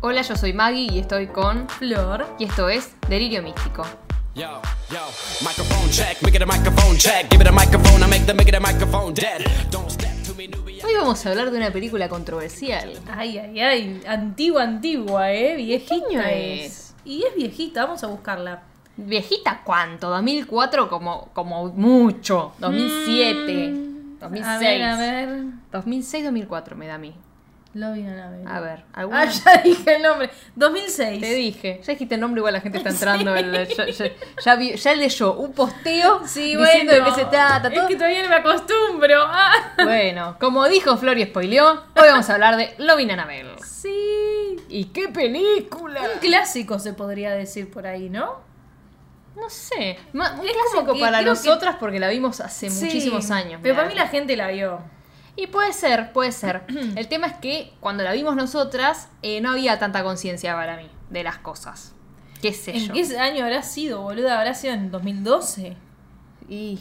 Hola, yo soy Maggie y estoy con Flor. y esto es Delirio Místico. Yo, yo, microphone check, make it a microphone check, give it a microphone, I make the make it a microphone dead. Don't step to me, newbie. Hoy vamos a hablar de una película controversial. Ay, ay, ay. Antigua, antigua, ¿eh? Viejita año es. es? Y es viejita, vamos a buscarla. ¿Viejita cuánto? 2004 como, como mucho. 2007. Mm, 2006. A ver, a ver. 2006-2004 me da a mí. Lo vi a ver. A ver, Ah, alguna... ya dije el nombre. 2006. Te dije, ya dijiste el nombre, igual la gente está entrando. en la- ya, ya- ya vi- ya leyó un posteo Sí, diciendo bueno. de qué se trata. Es todo. que todavía no me acostumbro. Ah. Bueno, como dijo Flor y spoileó, hoy vamos a hablar de Lovin' Annabelle. Sí. ¿Y qué película? Un clásico se podría decir por ahí, ¿no? No sé. ma- Un Es clásico como que para creo nosotras porque la vimos hace muchísimos Sí, años. Pero mirá. para mí la gente la vio. Y puede ser, puede ser. El tema es que cuando la vimos nosotras, eh, no había tanta conciencia para mí de las cosas. ¿Qué sé ¿En yo? qué año habrá sido, boluda? ¿Habrá sido en 2012? Y.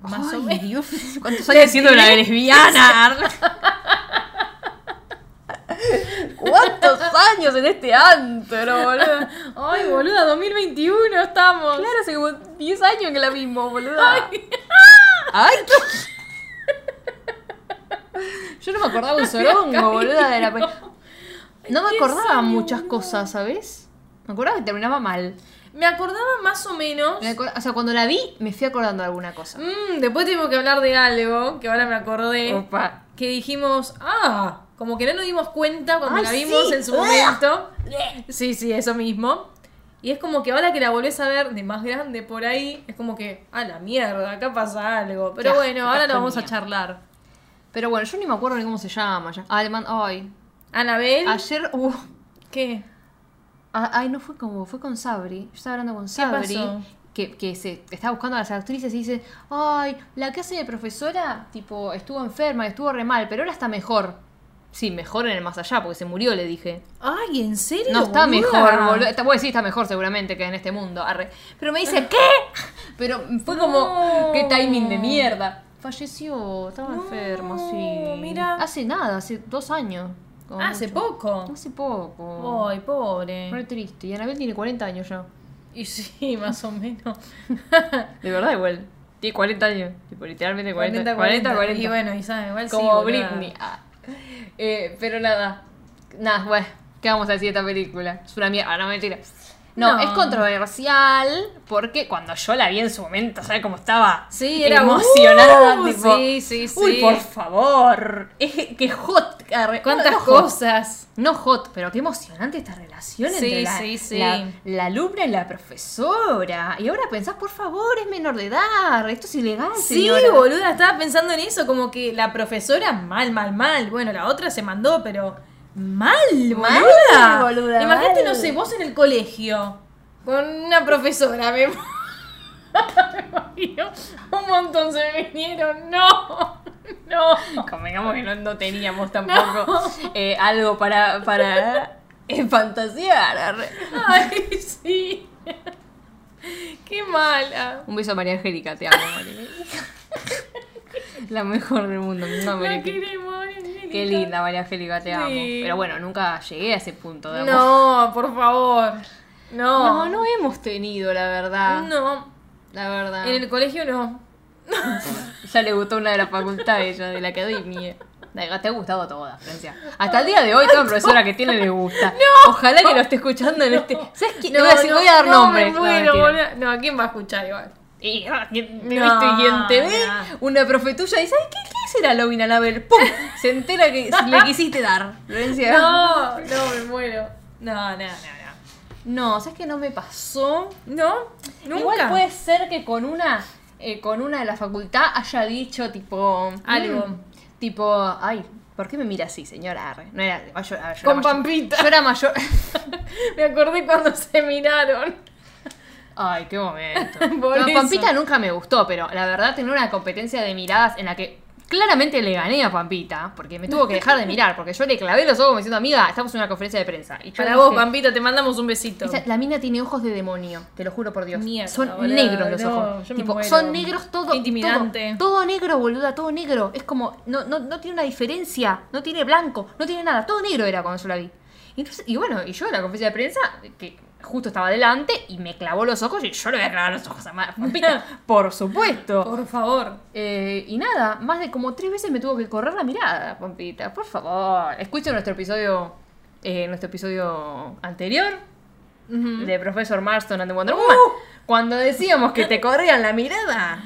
Más Ay, o menos. Dios, ¿Cuántos años siendo la lesbiana? ¿Cuántos años en este antro, boludo? Ay, boluda, 2021 estamos. Claro, hace como 10 años que la vimos, boludo. Ay. Ay, qué- Yo no me acordaba un sorongo, boluda, de la pe- No me Ay, acordaba 10 años, muchas cosas, ¿sabes? Me acordaba que terminaba mal. Me acordaba más o menos. Me acor- O sea, cuando la vi, me fui acordando de alguna cosa. Mm, después tuvimos que hablar de algo que ahora me acordé. Opa. Que dijimos, ah, como que no nos dimos cuenta cuando Ay, la vimos sí. Ah. en su momento. Sí, sí, eso mismo. Y es como que ahora que la volvés a ver de más grande por ahí, es como que, a la mierda, acá pasa algo. Pero Qué aj- bueno, qué ahora lo asco vamos a mía. charlar. Pero bueno, yo ni me acuerdo ni cómo se llama. ya. Ah, le mando- Ay. Anabel, Ayer hubo. ¿qué? Ah, Ay, no fue como, fue con Sabri. Yo estaba hablando con Sabri. pasó? Que, que se está buscando a las actrices y dice, ay, la que hace de profesora, tipo, estuvo enferma, estuvo re mal, pero ahora está mejor. Sí, mejor en el más allá, porque se murió, le dije. Ay, ¿en serio? No está boluda? mejor, boludo. Está, bueno, sí, está mejor seguramente que en este mundo. arre. Pero me dice, ¿qué? Pero fue como, No. qué timing de mierda. Falleció, estaba No, enfermo, sí. mira. Hace nada, hace dos años. como Ah, Hace mucho. poco. Hace poco. Ay, pobre. Re triste. Y Anabel tiene 40 años ya. Y sí, más o menos. De verdad, igual. Tiene 40 años. Tipo, literalmente 40. 40, 40. 40, Y bueno, y sabe, igual sí, Como boluda. Britney. Ah. Eh, pero nada. Nada, bueno. ¿Qué vamos a decir de esta película? Es una mierda. Ah, no, mentira. No, No. es controversial porque cuando yo la vi en su momento, ¿sabes cómo estaba? Sí, era emocionada. uh, tipo, sí, sí, sí. Uy, por favor. Es que hot. arre- ¿Cuántas no, hot. cosas? No hot, pero qué emocionante esta relación Sí, entre la, sí, sí. La, la alumna y la profesora. Y ahora pensás, por favor, es menor de edad, esto es ilegal, Sí, señora. boluda, estaba pensando en eso, como que la profesora mal, mal, mal. Bueno, la otra se mandó, pero mal, Mal, boluda. boluda, Imagínate, mal. no sé, vos en el colegio con una profesora, me, me imagino. Un montón se me vinieron, no, no. Convengamos que no, no teníamos tampoco eh, algo para, para eh, fantasear. arre. Ay, sí. Qué mala. Un beso a María Angélica, te amo, María. La mejor del mundo. No, María La Angélica. queremos, Angélica. Qué linda, María Angélica, te amo. Sí. Pero bueno, nunca llegué a ese punto de amor. No, por favor. No. no, no hemos tenido, la verdad. No, La verdad. en el colegio no. Ya le gustó una de la facultad ella, de la academia. La- Te ha gustado toda, Francia. Hasta el día de hoy, toda profesora que tiene le gusta. Ojalá que lo esté escuchando en este. ¿Sabes qué? No, voy a decir, voy a dar no, nombres. me No, muero, mentira. boluda. no, ¿quién va a escuchar igual? Y ah, ¿quién- No, ¿viste? quien te ve, no. una profe tuya, y ¿sabes qué? ¿Qué será Lovin Anabel? ¡Pum! Se entera que le quisiste dar, Florencia. No, no, me muero. No, no, no, no. No, ¿sabes qué no me pasó? ¿Son? ¿No? ¿Nunca? Igual puede ser que con una eh, con una de la facultad haya dicho tipo Algo. mm, tipo, ay, ¿por qué me mira así, señora? Arre. No era, yo- yo era Con mayor. Pampita. Yo era mayor. Me acordé cuando se miraron. Ay, qué momento. Por No, eso. Pampita nunca me gustó, pero la verdad tener una competencia de miradas en la que claramente le gané a Pampita, porque me tuvo que dejar de mirar, porque yo le clavé los ojos como diciendo, amiga, estamos en una conferencia de prensa. Y yo Para dije, vos, Pampita, te mandamos un besito. Esa- la mina tiene ojos de demonio, te lo juro por Dios. Mierda, son boludo, negros los no, ojos. yo me Tipo, muero. son negros todo. Qué intimidante. Todo, todo negro, boluda, todo negro. Es como, no, no, no tiene una diferencia. No tiene blanco, no tiene nada. Todo negro era cuando yo la vi. Y Y, entonces- y bueno, y yo en la conferencia de prensa, que justo estaba adelante, y me clavó los ojos, y yo le voy a clavar los ojos a Mar- Pampita, por supuesto. Por favor. Eh, y nada, más de como tres veces me tuvo que correr la mirada, Pompita. Por favor, escuchen nuestro episodio, eh, nuestro episodio anterior de Profesor Marston and the Wonder Woman. Cuando decíamos que te corrían la mirada.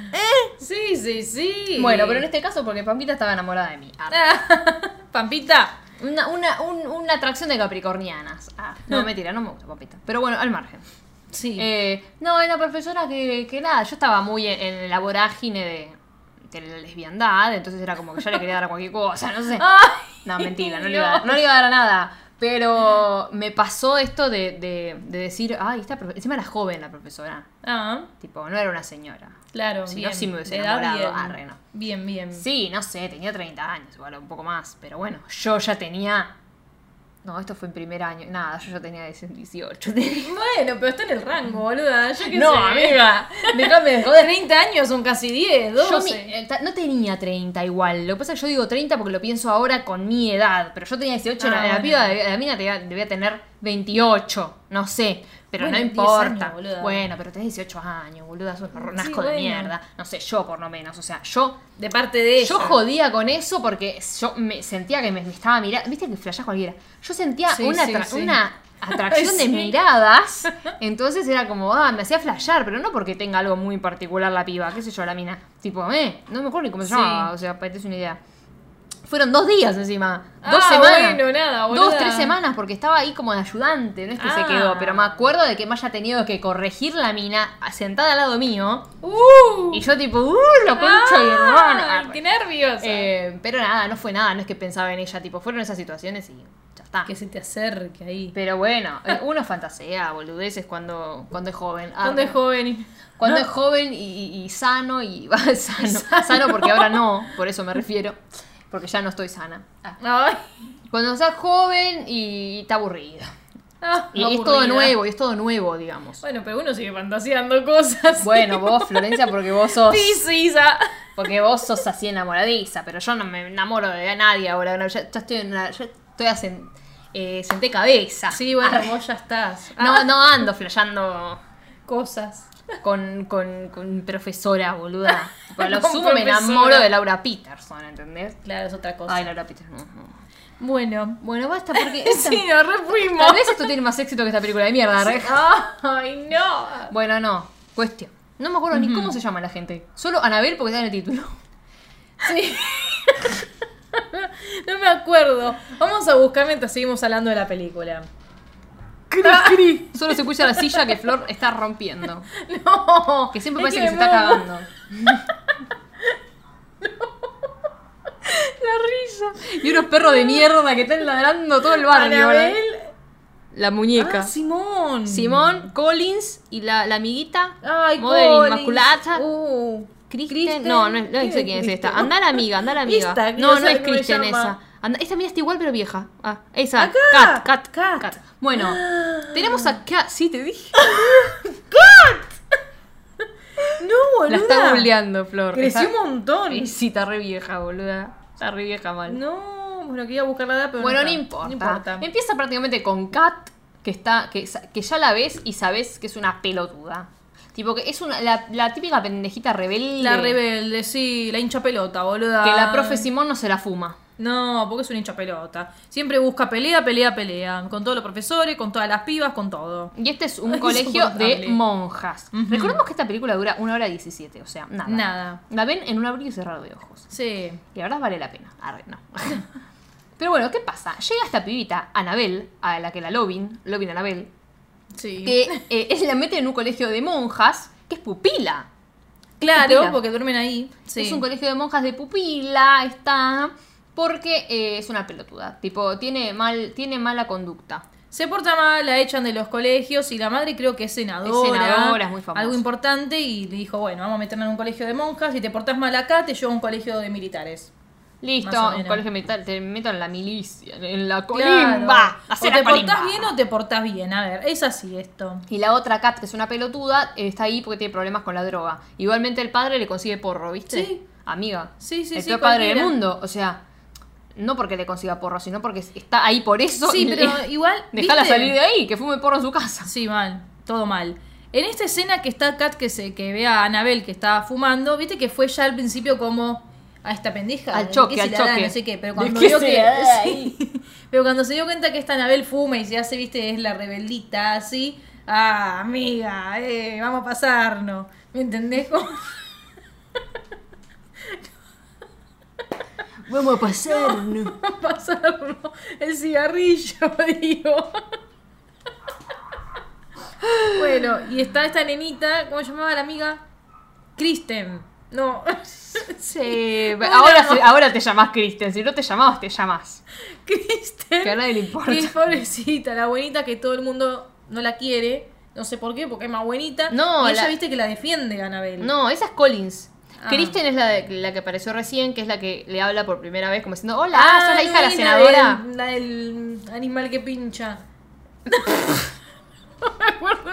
Sí, sí, sí. Bueno, pero en este caso porque Pampita estaba enamorada de mí. Ah, Pampita. Una, una, un- una atracción de capricornianas. Ah, no, mentira, no me gusta Pampita. Pero bueno, al margen. Sí. Eh, no, era una profesora que, que nada, yo estaba muy en, en la vorágine de, de la lesbiandad, entonces era como que yo le quería dar a cualquier cosa, no sé. No, mentira, no le, iba a dar, no le iba a dar a nada. Pero me pasó esto de, de- de decir, ay, esta profe-". encima era joven la profesora. Ah, Tipo, no era una señora. claro. Si no, bien. sí me hubiese De edad, enamorado. bien. Arre, no. Bien, bien. Sí, no sé, tenía 30 años, igual un poco más. Pero bueno, yo ya tenía. No, esto fue en primer año. Nada, yo ya tenía 18. Bueno, pero está en el rango, boluda. Yo qué No, sé. amiga, Déjame de joder. 30 años son casi 10, Yo 12. mi- eh, ta- no tenía 30 igual. Lo que pasa es que yo digo 30 porque lo pienso ahora con mi edad. Pero yo tenía 18, la, Ah, la bueno. piba de, la mina te- debía tener 28. No sé, pero Bueno, no 10 importa. años, boluda. bueno, pero tenés 18 años, boluda. Sos un Sí, asco de bueno. mierda. No sé, yo por lo menos. O sea, yo. De parte de ella. Yo jodía con eso porque yo me sentía que me, me estaba mirando. Viste que flasheás cualquiera. Yo sentía Sí, una, sí, atra- sí. una atracción Ay, de sí. miradas. Entonces era como, ah, me hacía flashear, pero no porque tenga algo muy particular la piba, qué sé yo, la mina. Tipo, eh, no me acuerdo ni cómo se Sí. llamaba. O sea, para que te des una idea. Fueron dos días encima. Ah, Dos semanas. bueno, nada, Dos, boluda. tres semanas, porque estaba ahí como de ayudante. No es que se Ah. quedó, pero me acuerdo de que me haya tenido que corregir la mina sentada al lado mío. ¡Uh! Y yo, tipo, ¡uh! Lo concho y hermana. ¡Qué nervios! Eh, pero nada, no fue nada, no es que pensaba en ella, tipo, fueron esas situaciones y ya está. que se te acerque ahí. Pero bueno, eh, uno fantasea, boludeces cuando, cuando es joven. Ah, ¿Cuándo es joven? y- Cuando es joven y, y- y sano y va sano. Sano porque ahora no, por eso me refiero, porque ya no estoy sana. Ah. Ay. Cuando estás joven y, está aburrida. Ah, Y es aburrida. todo nuevo, y es todo nuevo, digamos. Bueno, pero uno sigue fantaseando cosas. Bueno, vos, Florencia, porque vos sos. Piscis, ah. Porque vos sos así enamoradiza, pero yo no me enamoro de nadie ahora. no, ya, ya estoy en una- ya estoy hacen- eh, senté cabeza. Sí, bueno, Arre. vos ya estás. Ah, No, no ando flasheando Cosas. con, con, con profesora, boluda. Por lo Con sumo me profesora. enamoro de Laura Peterson, ¿entendés? Claro, es otra cosa. Ay, Laura Peterson. no, no. Bueno. Bueno, basta porque. esta- Sí, nos refuimos. Tal vez esto tiene más éxito que esta película de mierda, re. Ay, no. Bueno, no. Cuestión. No me acuerdo ni cómo se llama la gente. Solo Anabel porque está en el título. Sí. No me acuerdo. Vamos a buscar mientras seguimos hablando de la película. Ah, Solo se escucha la silla que Flor está rompiendo. No. Que siempre es parece que, se me está muevo. cagando. La risa. Y unos perros de mierda que están ladrando todo el barrio. Anabel. ¿verdad? La muñeca. Ah, Simón. Simón, Collins y la, la amiguita. Ay, Model Collins. Inmaculata. Uh. Kristen. Kristen. No, no, es- no ¿Quién sé es quién es Kristen? esta. Andá la amiga, andá la amiga. Esta, que no, no no sabe es cómo se Kristen llama. esa. Andá- esta mira está igual pero vieja. Ah, esa. Acá. Ah. Cat, Cat, Cat. Bueno, tenemos a Cat. Sí, te dije. No, La boluda. está googleando, Flor. Creció un Está- montón. Eh, Sí, está re vieja, boluda. Está re vieja mal. No, bueno, quería buscar la edad, pero Bueno, no está. importa. No importa. Empieza prácticamente con Kat, que está. que, sa- que ya la ves y sabes que es una pelotuda. Tipo que es una, la, la típica pendejita rebelde. La rebelde, sí, la hincha pelota, boluda. Que la profe Simón no se la fuma. No, porque es un hincha pelota. Siempre busca pelea, pelea, pelea. Con todos los profesores, con todas las pibas, con todo. Y este es un Ay, colegio de insoportable. monjas. Recordemos que esta película dura una hora 17, o sea, nada. Nada. La ven en un abrir y cerrar de ojos. Sí. Y ahora vale la pena. Arre, no. Pero bueno, ¿qué pasa? Llega esta pibita, Anabel, a la que la Lobin, Lobin Anabel, Sí. que eh, es la mete en un colegio de monjas que es pupila. claro, Mira. porque duermen ahí. Sí. Es un colegio de monjas de pupila, está. Porque eh, es una pelotuda. Tipo, tiene, mal, tiene mala conducta. Se porta mal, la echan de los colegios y la madre creo que es senadora. Es senadora, es muy famosa. Algo importante y le dijo, bueno, vamos a meterla en un colegio de monjas. Si te portás mal acá, te llevo a un colegio de militares. Más o Listo, menos. un colegio militar, te meto en la milicia, en la Claro. colimba. hacé O la te portás colimba. bien o te portás bien. A ver, es así esto. Y la otra Kat, que es una pelotuda, eh, está ahí porque tiene problemas con la droga. Igualmente el padre le consigue porro, ¿viste? Sí. Amiga. Sí, sí, el sí, peor padre del cualquiera. mundo. O sea, No porque le consiga porro, sino porque está ahí por eso. Sí, y pero le- igual, Dejala ¿viste? salir de ahí, que fume porro en su casa. Sí, mal, todo mal. En esta escena que está Kat que se que ve a Anabel que está fumando, viste que fue ya al principio como a esta pendeja, Al ¿de choque, qué al se la da? choque. no sé qué, pero ¿De cuando qué vio se que la da? sí. pero cuando se dio cuenta que esta Anabel fuma y se hace, viste, es la rebeldita así, ah, amiga, eh, vamos a pasarnos. ¿Me entendés? Como- Vamos a pasarnos. pasarlo el cigarrillo, digo. Bueno, y está esta nenita, ¿cómo llamaba la amiga? Kristen. No. Sí, Una ahora, mo- se- ahora te llamás Kristen. Si no te llamabas, te llamás. Kristen. Que a nadie le importa. Que es pobrecita, la buenita que todo el mundo no la quiere. No sé por qué, porque es más buenita. No, y ella la- viste que la defiende, Anabel. No, esa es Collins. Ah. Kristen es la, de- la que apareció recién, que es la que le habla por primera vez, como diciendo: Hola, Ah, soy la hija de la no, senadora. del- la del animal que pincha.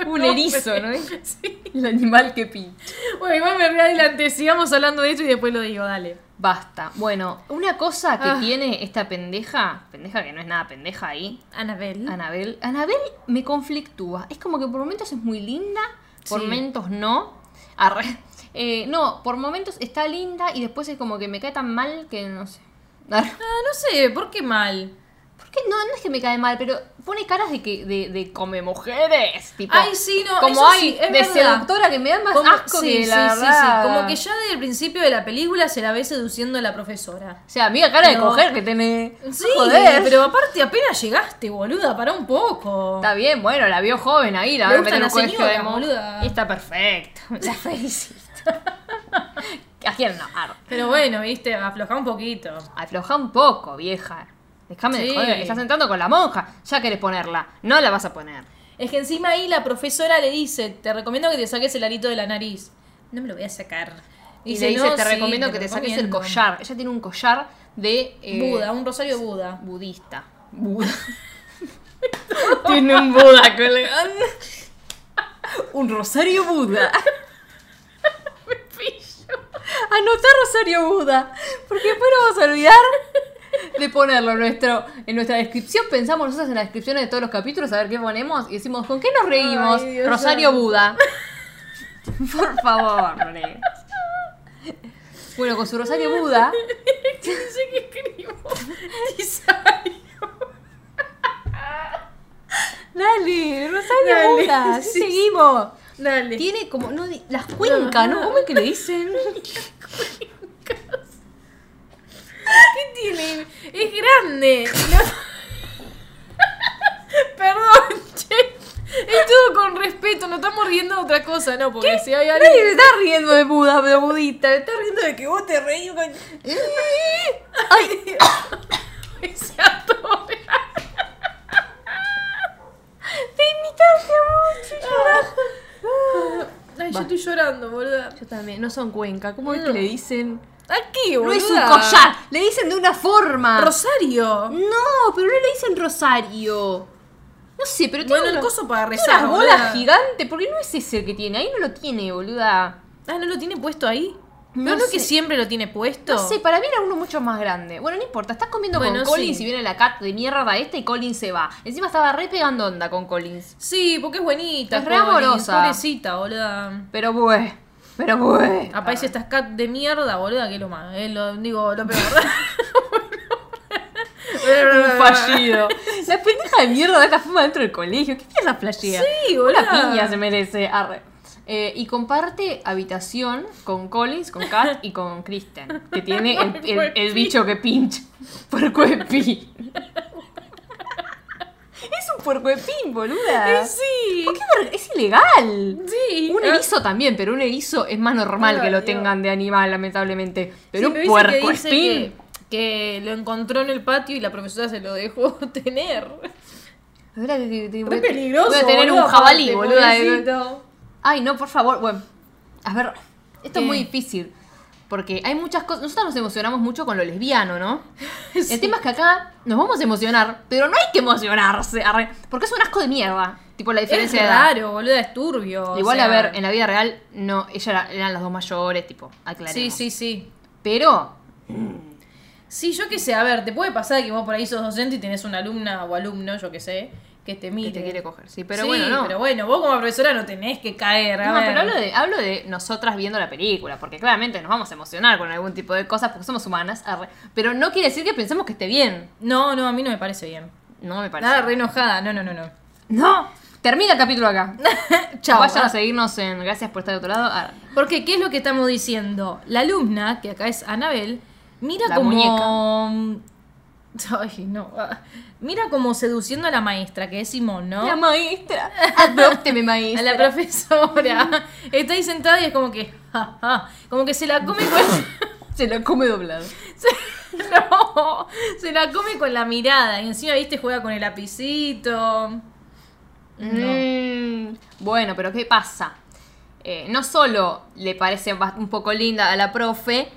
Un erizo, ¿no? Sí. El animal que pinta. Bueno, igual me voy adelante, sigamos hablando de esto y después lo digo, dale. Basta. Bueno, una cosa que Ah. tiene esta pendeja, pendeja que no es nada pendeja ahí, Anabel. Anabel. Anabel me conflictúa. Es como que por momentos es muy linda, por Sí. momentos no. Arre. Eh, no, por momentos está linda y después es como que me cae tan mal que no sé. Arre. Ah, no sé, ¿por qué mal? ¿Por qué? No, no es que me cae mal, pero pone caras de que de, de come mujeres. Tipo, Ay, sí, no, Como eso hay sí, es de verdad. seductora que me da más Como- asco sí, que sí, la sí, sí. verdad. Como que ya desde el principio de la película se la ve seduciendo a la profesora. O sea, amiga, cara de No. coger que tiene. Sí, Joder. pero aparte apenas llegaste, boluda, para un poco. Está bien, bueno, la vio joven ahí, la Le va a meter gustan un las colegio de señoras, mo- boluda. Y está perfecto. La felicito. ¿A quién no? Ar- Pero bueno, viste, aflojá un poquito. Aflojá un poco, vieja. Déjame de Sí. joder, estás entrando con la monja. Ya querés ponerla. No la vas a poner. Es que encima ahí la profesora le dice, te recomiendo que te saques el arito de la nariz. No me lo voy a sacar. Y le dice, "No, te sí, recomiendo que te saques el recomiendo". collar. Ella tiene un collar de... eh, Buda, un rosario de Buda. Budista. Buda. tiene un Buda colgando. un rosario Buda. Anotá Rosario Buda, porque después nos vamos a olvidar de ponerlo en, nuestro, en nuestra descripción. Pensamos nosotros en las descripciones de todos los capítulos a ver qué ponemos y decimos, ¿con qué nos reímos? Ay, Dios Rosario santo. Buda. Por favor, Lore. Bueno, con su Rosario Buda, ¿Qué dice que escribo? Disario. dale, Rosario Dale, Buda, así sí, sí. seguimos. Dale. Tiene como, no, di- las cuencas, ¿no? ¿Cómo es que le dicen? ¿Qué tiene? Es grande. No- Perdón, che. Es todo con respeto, no estamos riendo de otra cosa, ¿no? Porque si hay alguien. Nadie se está riendo de Buda, pero Budita, se está riendo de que vos te reís con... Ay, que se atora. Te imitaste a vos, Ay, yo estoy llorando, boluda. Yo también, no son cuenca, ¿cómo es No. que le dicen? Aquí, No boluda. es un collar, le dicen de una forma. Rosario. no, pero no le dicen rosario. No sé, pero tiene Bueno, el unos- coso para tiene rezar. unas boluda. bolas gigantes, porque no es ese el que tiene, ahí no lo tiene, boluda. Ah, ¿no lo tiene puesto ahí? No No, no, sé. que siempre lo tiene puesto. No sé, para mí era uno mucho más grande. Bueno, no importa, estás comiendo Bueno, con Collins sí. y viene la cat de mierda esta y Collins se va. Encima estaba re pegando onda con Collins. Sí, porque es buenita. Es re Connie, amorosa. Pobrecita, boluda. Pero bueno, pero bueno. Aparece estas cat de mierda, boluda, que es lo más. eh, lo, digo, lo peor. un fallido. La pendeja de mierda de esta fuma dentro del colegio. ¿Qué mierda flashea? Sí, Una boluda. piña se merece. Arre. Eh, y comparte habitación con Collins, con Kat y con Kristen, que tiene el, el- el bicho que pincha. Puercoepín. Es un puercoepín, boluda. Eh, sí. ¿Por qué verga? Es ilegal. Sí. Un Ah, erizo también, pero un erizo es más normal Ay, que lo Dios. tengan de animal, lamentablemente. Pero un sí, pero dice que dice puercoespín. Que, que lo encontró en el patio y la profesora se lo dejó tener. Ahora que- que- que- Re voy a- peligroso. Voy a tener boluda, eh. un jabalí, aparte, boluda. pobrecito. Ay, no, por favor. Bueno, a ver, esto ¿Qué? es muy difícil. Porque hay muchas cosas. Nosotros nos emocionamos mucho con lo lesbiano, ¿no? Sí. El tema es que acá nos vamos a emocionar, pero no hay que emocionarse. arre, porque es un asco de mierda. Tipo la Es diferencia de edad. raro, boluda, es turbio. o Igual, sea. a ver, en la vida real, no, ella era- eran las dos mayores, tipo, aclaremos. Sí, sí, sí. Pero Sí, yo qué sé, a ver, te puede pasar que vos por ahí sos docente y tenés una alumna o alumno, yo qué sé, que te mire. que te quiere coger. Sí, pero Eh, Sí, bueno, no. pero bueno, vos como profesora no tenés que caer. a No, ver. pero hablo de, hablo de nosotras viendo la película, porque claramente nos vamos a emocionar con algún tipo de cosas porque somos humanas, arre. pero no quiere decir que pensemos que esté bien. No, no, a mí no me parece bien. No me parece. Nada, re enojada. No, no, no, no. No, termina el capítulo acá. Chau. Vayan a seguirnos en Gracias por estar de otro lado. arre. Porque, ¿qué es lo que estamos diciendo? La alumna, que acá es Anabel, mira La como. Ay, no. ah. Mira como seduciendo a la maestra, que es Simón, ¿no? La maestra. Adópteme, a maestra. la profesora. Está ahí sentada y es como que. ja, ja, como que se la come con. Se lo come doblado. se- no, se la come con la mirada. Y encima, viste, juega con el lapicito. Mm, bueno, pero ¿qué pasa? Eh, no solo le parece bas- un poco linda a la profe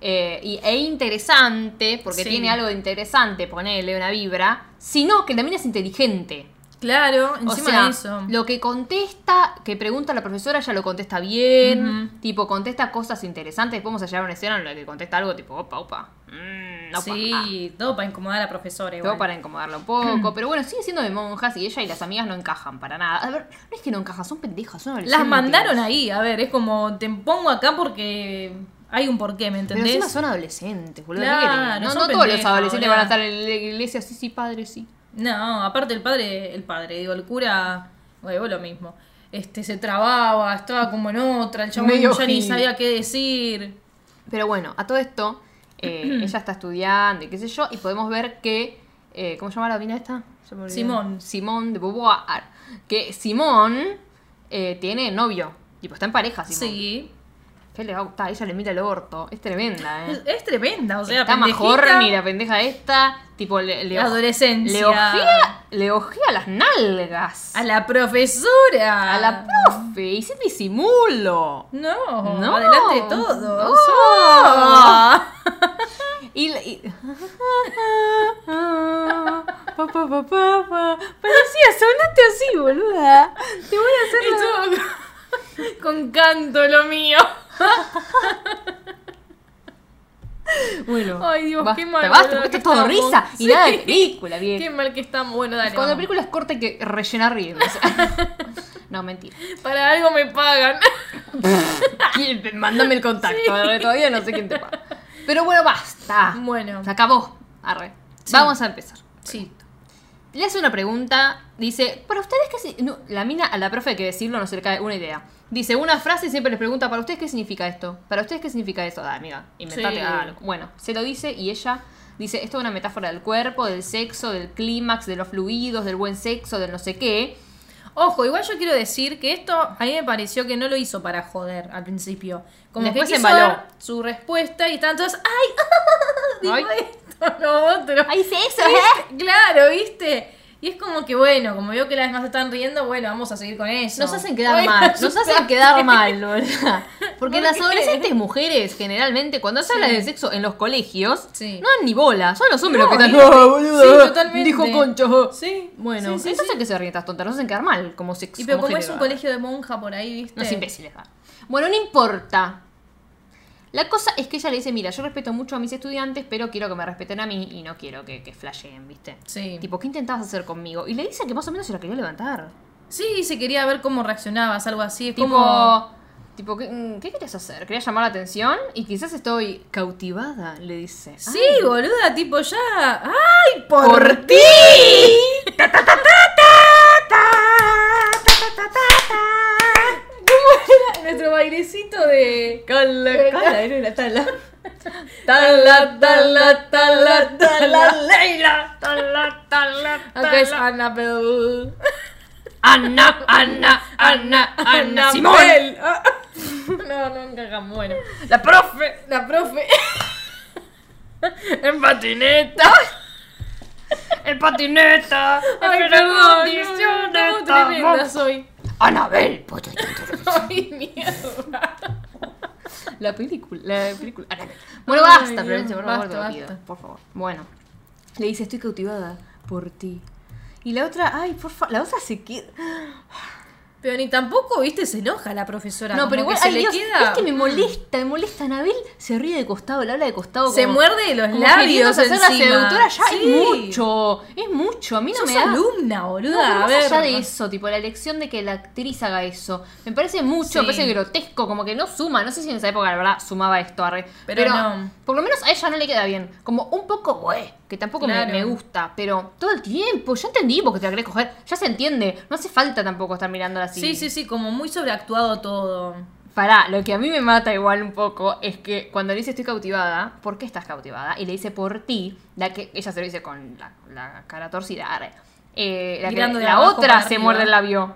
eh, y, e interesante, porque Sí. tiene algo de interesante ponerle una vibra, sino que también es inteligente. Claro, O encima sea, de eso. lo que contesta, que pregunta la profesora, ya lo contesta bien. Ujú. Tipo, contesta cosas interesantes. Después vamos a llegar a una escena en la que contesta algo tipo, opa, opa. Mm, opa, ah. sí, todo para incomodar a la profesora. Todo Igual. para incomodarlo un poco, pero bueno, sigue siendo de monjas y ella y las amigas no encajan para nada. A ver, no es que no encajan, son pendejas, son Las adolescentes. mandaron ahí, a ver, es como te pongo acá porque hay un porqué, ¿me Pero entendés? encima son adolescentes, boludo. ¿qué Claro, querés? no son no todos los pendejas, adolescentes boluda. van a estar en la iglesia, sí, sí, padre, sí. No, aparte el padre, el padre, digo, el cura, bueno, lo mismo. Este se trababa, estaba como en otra, el chabón Medio ya ni gil. sabía qué decir. Pero bueno, a todo esto, eh, ella está estudiando y qué sé yo, y podemos ver que. eh, ¿Cómo se llama la mina esta? Se me olvidó. Simón. Simón de Beauvoir. Que Simón eh, tiene novio. Y pues está en pareja, Simón. Sí. ¿Qué le va a gustar? Ella le mira el orto. Es tremenda, ¿eh? Es, es tremenda, o sea, está pendejita. majorni la pendeja esta. Tipo, le, le La adolescencia. Le ojea, le ojea las nalgas. A la profesora. A la profe. Y sin disimulo. No, No. adelante de todos. No. Ah. Y. la- y- Pa, pa, pa, pa, pa. Parecía, sonaste así, boluda. Te voy a hacer. la- Estuvo con- con canto lo mío. Bueno, Ay, Dios, basta, qué mal, Basta, boluda, porque que esto es todo estamos. risa. Y Sí. nada de película, bien. Qué mal que estamos. Bueno, dale. Cuando la vamos. película es corta hay que rellenar riendo. no, mentira. Para algo me pagan. ¿Quién? Mándame el contacto. arre, Todavía no sé quién te paga. Pero bueno, basta. Bueno. Se acabó. Arre. Vamos a empezar. Sí. Le hace una pregunta. Dice, ¿para ustedes qué si-" No, la mina, a la profe hay que decirlo, no se le cae una idea. Dice una frase y siempre les pregunta, ¿para ustedes qué significa esto? ¿Para ustedes qué significa eso? Da, amiga, inventate Sí. algo. Bueno, se lo dice y ella dice, esto es una metáfora del cuerpo, del sexo, del clímax, de los fluidos, del buen sexo, del no sé qué. Ojo, igual yo quiero decir que esto a mí me pareció que no lo hizo para joder al principio. Como Después que se quiso embaló. dar su respuesta y estaban todas, ¡ay! dijo Ay. esto, no, otro. ¡Ay, sexo! ¿eh? ¿Viste? Claro, ¿viste? Y es como que bueno, como veo que las demás están riendo, bueno, vamos a seguir con eso. Nos hacen quedar Bueno, mal, nos hacen quedar mal, boluda. ¿Por Porque qué? las adolescentes mujeres, generalmente, cuando se habla de sexo en los colegios, Sí. no dan ni bola, son los hombres No, los que dijo- están. "Ah, boluda, sí, totalmente. Dijo Concho. Sí. Bueno, sí, sí, entonces sí. que se ríen estas tontas, nos hacen quedar mal como sexo. Y pero como es un colegio de monja por ahí, ¿viste? No es imbéciles. va. Bueno, no importa. La cosa es que ella le dice, mira, yo respeto mucho a mis estudiantes, pero quiero que me respeten a mí y no quiero que, que flasheen, ¿viste? Sí. Tipo, ¿qué intentabas hacer conmigo? Y le dice que más o menos se la quería levantar. Sí, se quería ver cómo reaccionabas, algo así. Es Tipo, como... tipo ¿qué, mm, qué querías hacer? ¿Querías llamar la atención? Y quizás estoy cautivada, le dice. Sí, Ay, boluda, tipo ya. ¡Ay, por, ¡Por ti! Ta, ta, ta, ta, ta, ta, ta, ta, ta, ta. Nuestro bailecito de. Cala, cala, era una tala. Tala, tala, tala, tala, Leila. Tala, tala, tala. Acá es Annabelle. Ana, Ana, Ana, Ana, Simón. Ah. No, no encajamos. Bueno, La profe. la profe. En patineta. En patineta. Ay, En perdón, no, condiciones, no, estamos tremendas hoy. Anabel. Ay, mierda. La película, la película. Anabel. Bueno, Ay, basta, Dios, Florencia, por favor, basta, te lo pido, basta. por favor. Bueno, le dice, estoy cautivada por ti. Y la otra, ay, por favor, la otra se queda. Pero ni tampoco, viste, se enoja la profesora. No, como pero igual, que se ay, le Dios, queda- es que me molesta, me molesta. Anabel se ríe de costado, le habla de costado. Se como- muerde los como labios queriéndose hacer la encima. seductora ya Sí. es mucho, es mucho. A mí no Sos me da... alumna, boluda. No, pero a más ver. allá de eso, tipo, la elección de que la actriz haga eso, me parece mucho, me Sí. parece grotesco, como que no suma, no sé si en esa época, la verdad, sumaba esto, arre. Pero no. por lo menos a ella no le queda bien, como un poco, güey, que tampoco me- Claro. me, gusta, pero todo el tiempo, ya entendimos que te la querés coger, ya se entiende, no hace falta tampoco estar mirándola así. Sí, sí, sí, como muy sobreactuado todo. Pará, lo que a mí me mata igual un poco es que cuando le dice estoy cautivada, ¿por qué estás cautivada? Y le dice por ti, la que ella se lo dice con la, la cara torcida. arre. Eh, la que- Mirando de la abajo otra para se arriba. muerde el labio.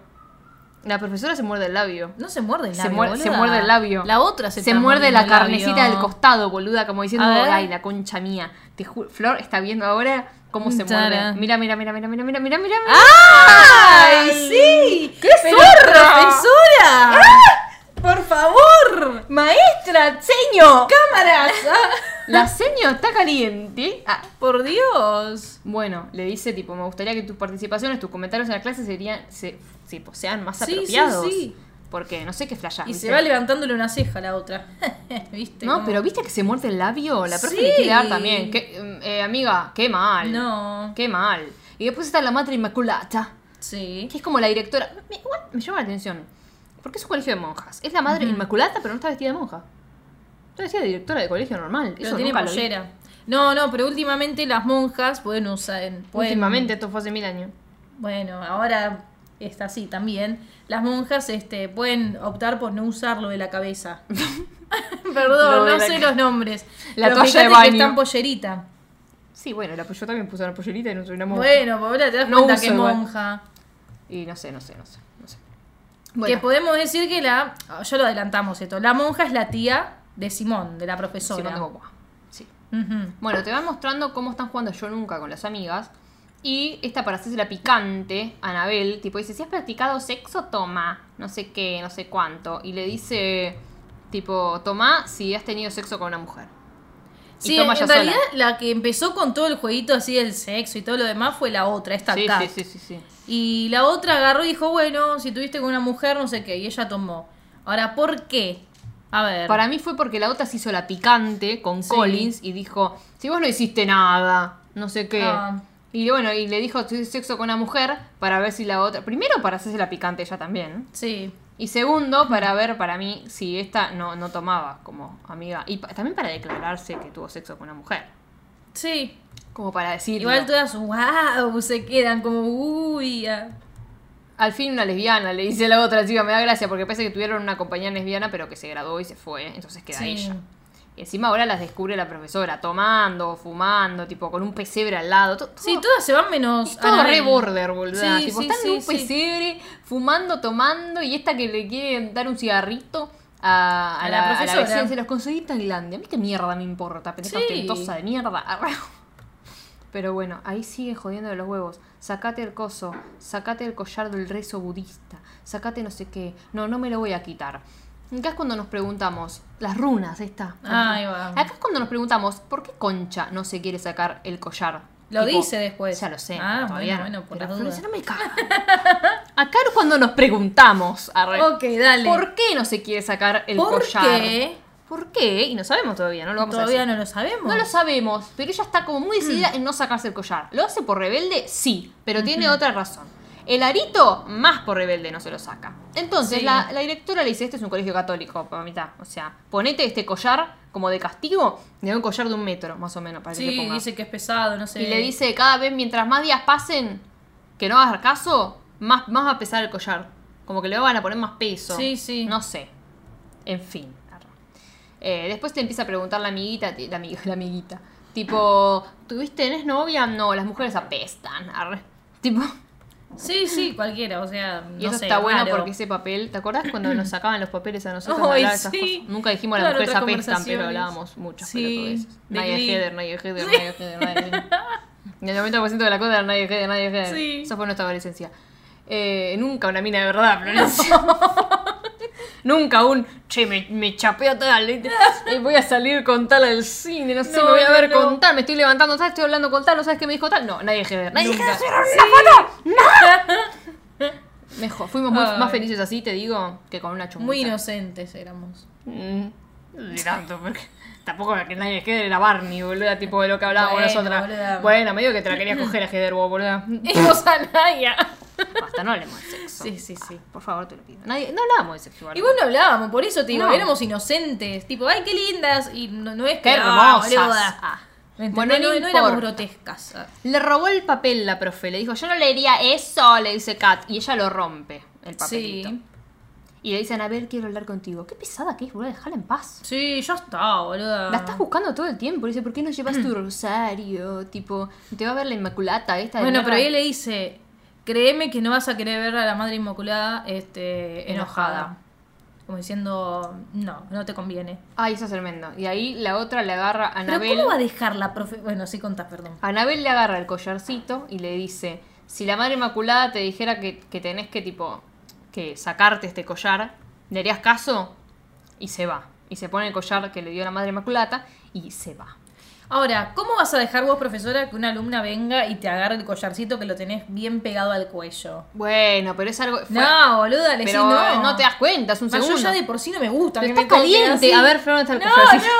La profesora se muerde el labio. No se muerde el Se labio. muer- se boluda. muerde el labio. La otra se Se está muerde mordiendo la el carnecita labio. del costado, boluda, como diciendo, A ver. ay, la concha mía. Te ju- Flor está viendo ahora cómo se Tara. Ah. muerde. Mira, mira, mira, mira, mira, mira, mira, mira. ¡Ay, sí! ¡Qué ¡Ah! Pero, zorra! ¡Profesora! ¡Por favor! ¡Maestra, seño! ¡Cámaras! Ah, La seño está caliente. Ah. ¡Por Dios! Bueno, le dice tipo, me gustaría que tus participaciones, tus comentarios en la clase serían, se, sí, pues, sean más Sí, sí, apropiados. sí. Porque no sé qué flashás. Y Ah, ¿viste? se va levantándole una ceja a la otra. ¿Viste? No, cómo? pero viste que se muerde el labio, la profe Sí. le quiere dar también. Qué, mm, eh, amiga, qué mal. No. Qué mal. Y después está la madre inmaculata, Sí. que es como la directora. Me, igual me llama la atención. Porque es un colegio de monjas. Es la madre inmaculata, pero no está vestida de monja. Está vestida de directora de colegio normal. Pero Eso tiene nunca lo vi. pollera. No, no, pero últimamente las monjas pueden usar. pueden- Últimamente, esto fue hace mil años. Bueno, ahora está así también. Las monjas este, pueden optar por no usar lo de la cabeza. Lo Perdón, de no la sé ca- los nombres. La pero toalla fíjate de baño. que están pollerita. Sí, bueno, la, yo también puse una pollerita y no soy una monja. Bueno, Paola, te das No cuenta uso que es igual. monja. Y no sé, no sé, no sé. No sé. Que podemos decir que la. Ya lo adelantamos esto. La monja es la tía de Simón, de la Simón profesora. de Beauvoir. Sí. Ujú. Bueno, te van mostrando cómo están jugando yo nunca con las amigas. Y esta para hacerse la picante, Anabel, tipo dice, si has practicado sexo, toma. No sé qué, no sé cuánto. Y le dice, tipo, toma si has tenido sexo con una mujer. Y Sí, en toma ella sola. realidad la que empezó con todo el jueguito así del sexo y todo lo demás fue la otra, esta Sí, Kat. sí, sí, sí, sí. Y la otra agarró y dijo, bueno, si tuviste con una mujer, no sé qué, y ella tomó. Ahora, ¿por qué? A ver. Para mí fue porque la otra se hizo la picante con Sí. Collins y dijo, si vos no hiciste nada, no sé qué. Ah. Y bueno, y le dijo, tuve sexo con una mujer para ver si la otra... Primero para hacerse la picante ella también. Sí. Y segundo, para ver para mí si esta no, no tomaba como amiga. Y pa- también para declararse que tuvo sexo con una mujer. Sí. Como para decir... Igual todas, wow, se quedan como, uy. ah". Al fin una lesbiana, le dice la otra chica, me da gracia porque parece que tuvieron una compañía lesbiana pero que se graduó y se fue, entonces queda Sí. ella. Y encima ahora las descubre la profesora, tomando, fumando, tipo con un pesebre al lado. to- Sí, todo- todas se van menos. es todo Anabel. re border, boluda. Sí, tipo, sí, están en sí, un sí. pesebre, fumando, tomando, y esta que le quiere dar un cigarrito a, a A la la, a la profesora. vecina. Se los conseguí en Tailandia. A mí qué mierda me importa, pendeja Sí. ostentosa de mierda. Pero bueno, ahí sigue jodiendo de los huevos. Sacate el coso, sacate el collar del rezo budista, sacate no sé qué. No, no me lo voy a quitar. Acá es cuando nos preguntamos, las runas, esta. Ahí va. Acá es cuando nos preguntamos, ¿por qué Concha no se quiere sacar el collar? Lo dice después. Ya lo sé. Ah, pero todavía bueno, no. bueno, por Pero las Florencia, dudas. no me caga. Acá es cuando nos preguntamos, arre, Ok, dale. ¿por qué no se quiere sacar el ¿Por collar? qué? ¿Por qué? Y no sabemos todavía, no lo vamos a Todavía decir. no Mm. lo sabemos. No lo sabemos, pero ella está como muy decidida en no sacarse el collar. ¿Lo hace por rebelde? Sí, pero tiene otra razón. El arito, más por rebelde, no se lo saca. Entonces, Sí. la, la directora le dice, este es un colegio católico, por mitad. O sea, ponete este collar como de castigo, de un collar de un metro, más o menos, para que te Sí, pongas. dice que es pesado, no sé. Y le dice, cada vez, mientras más días pasen, que no hagas caso, más, más va a pesar el collar. Como que le van a poner más peso. Sí, sí. No sé. En fin. arre. Eh, después te empieza a preguntar la amiguita, ti- la, amiga, la amiguita. Tipo, ¿tuviste, tenés novia? No, las mujeres apestan. arre. Tipo, Sí, sí, cualquiera, o sea. y no eso sé, está bueno raro. porque ese papel, ¿te acordás cuando nos sacaban los papeles a nosotros? Ay, hablar de esas sí. cosas? Nunca dijimos las Claro, mujeres otras apestan, pero conversaciones. hablábamos muchas Sí, pelotudeces. de Nadie es Glee. Heather, nadie es Heather, nadie es Heather, nadie es Heather. Y el 90% de la cosa era nadie es Heather, nadie es Heather. Sí. Eso fue nuestra adolescencia. Eh, nunca una mina de verdad, Florencia. nunca un, che, me, me chapeo tal, ¿viste? Eh, voy a salir con tal al cine, no sé, No, me voy a no, ver no. con tal, me estoy levantando tal, estoy hablando con tal, no sabes qué me dijo tal. No, nadie es Heather, nadie es Nunca. Heather. Sí. Me Mejor. Fuimos muy- Ay. más felices así, te digo, que con una chumita. Muy inocentes éramos. Mm, ni tanto, porque tampoco que nadie quede era Barney, boluda, tipo de lo que hablábamos Bueno, nosotras. boluda. Bueno, medio que te la querías coger a Heather, vos, boluda. Éramos a Naya. Basta, no hablemos de sexo. Sí, sí, sí. Por favor, te lo pido. Nadie, no hablábamos de sexo, igual. Y vos no hablábamos, por eso te digo, No. éramos inocentes. Tipo, ay, qué lindas. Y no, no es que. ¡Qué ah, hermosas! boluda. Ah. ¿Me entendés? Bueno, no, no no éramos importa. grotescas. Ah. Le robó el papel la profe, le dijo, yo no leería eso, le dice Kat, y ella lo rompe, el papelito. Sí. Y le dicen, a ver, quiero hablar contigo. Qué pesada que es, boludo, déjala en paz. Sí, ya está, boluda. La estás buscando todo el tiempo, le dice, ¿por qué no llevas tu rosario? Tipo, te va a ver la inmaculata esta de Bueno, pero mierda". ella le dice, créeme que no vas a querer ver a la Madre Inmaculada este, enojada. Enojada. Como diciendo, no, no te conviene. Ay, eso es tremendo. Y ahí la otra le agarra a Pero Anabel. ¿cómo va a dejar la profe? Bueno, sí contás, perdón. Anabel le agarra el collarcito y le dice, si la Madre Inmaculada te dijera que, que tenés que, tipo, que sacarte este collar, ¿le harías caso? Y se va. Y se pone el collar que le dio la Madre Inmaculada y se va. Ahora, ¿cómo vas a dejar vos, profesora, que una alumna venga y te agarre el collarcito que lo tenés bien pegado al cuello? Bueno, pero es algo... fue- no, boluda, le decís pero eh, no. no. te das cuenta, es un Ah, segundo. Yo ya de por sí no me gusta. Pero que está me toquen así. caliente. A ver, Flor, ¿dónde está el collarcito?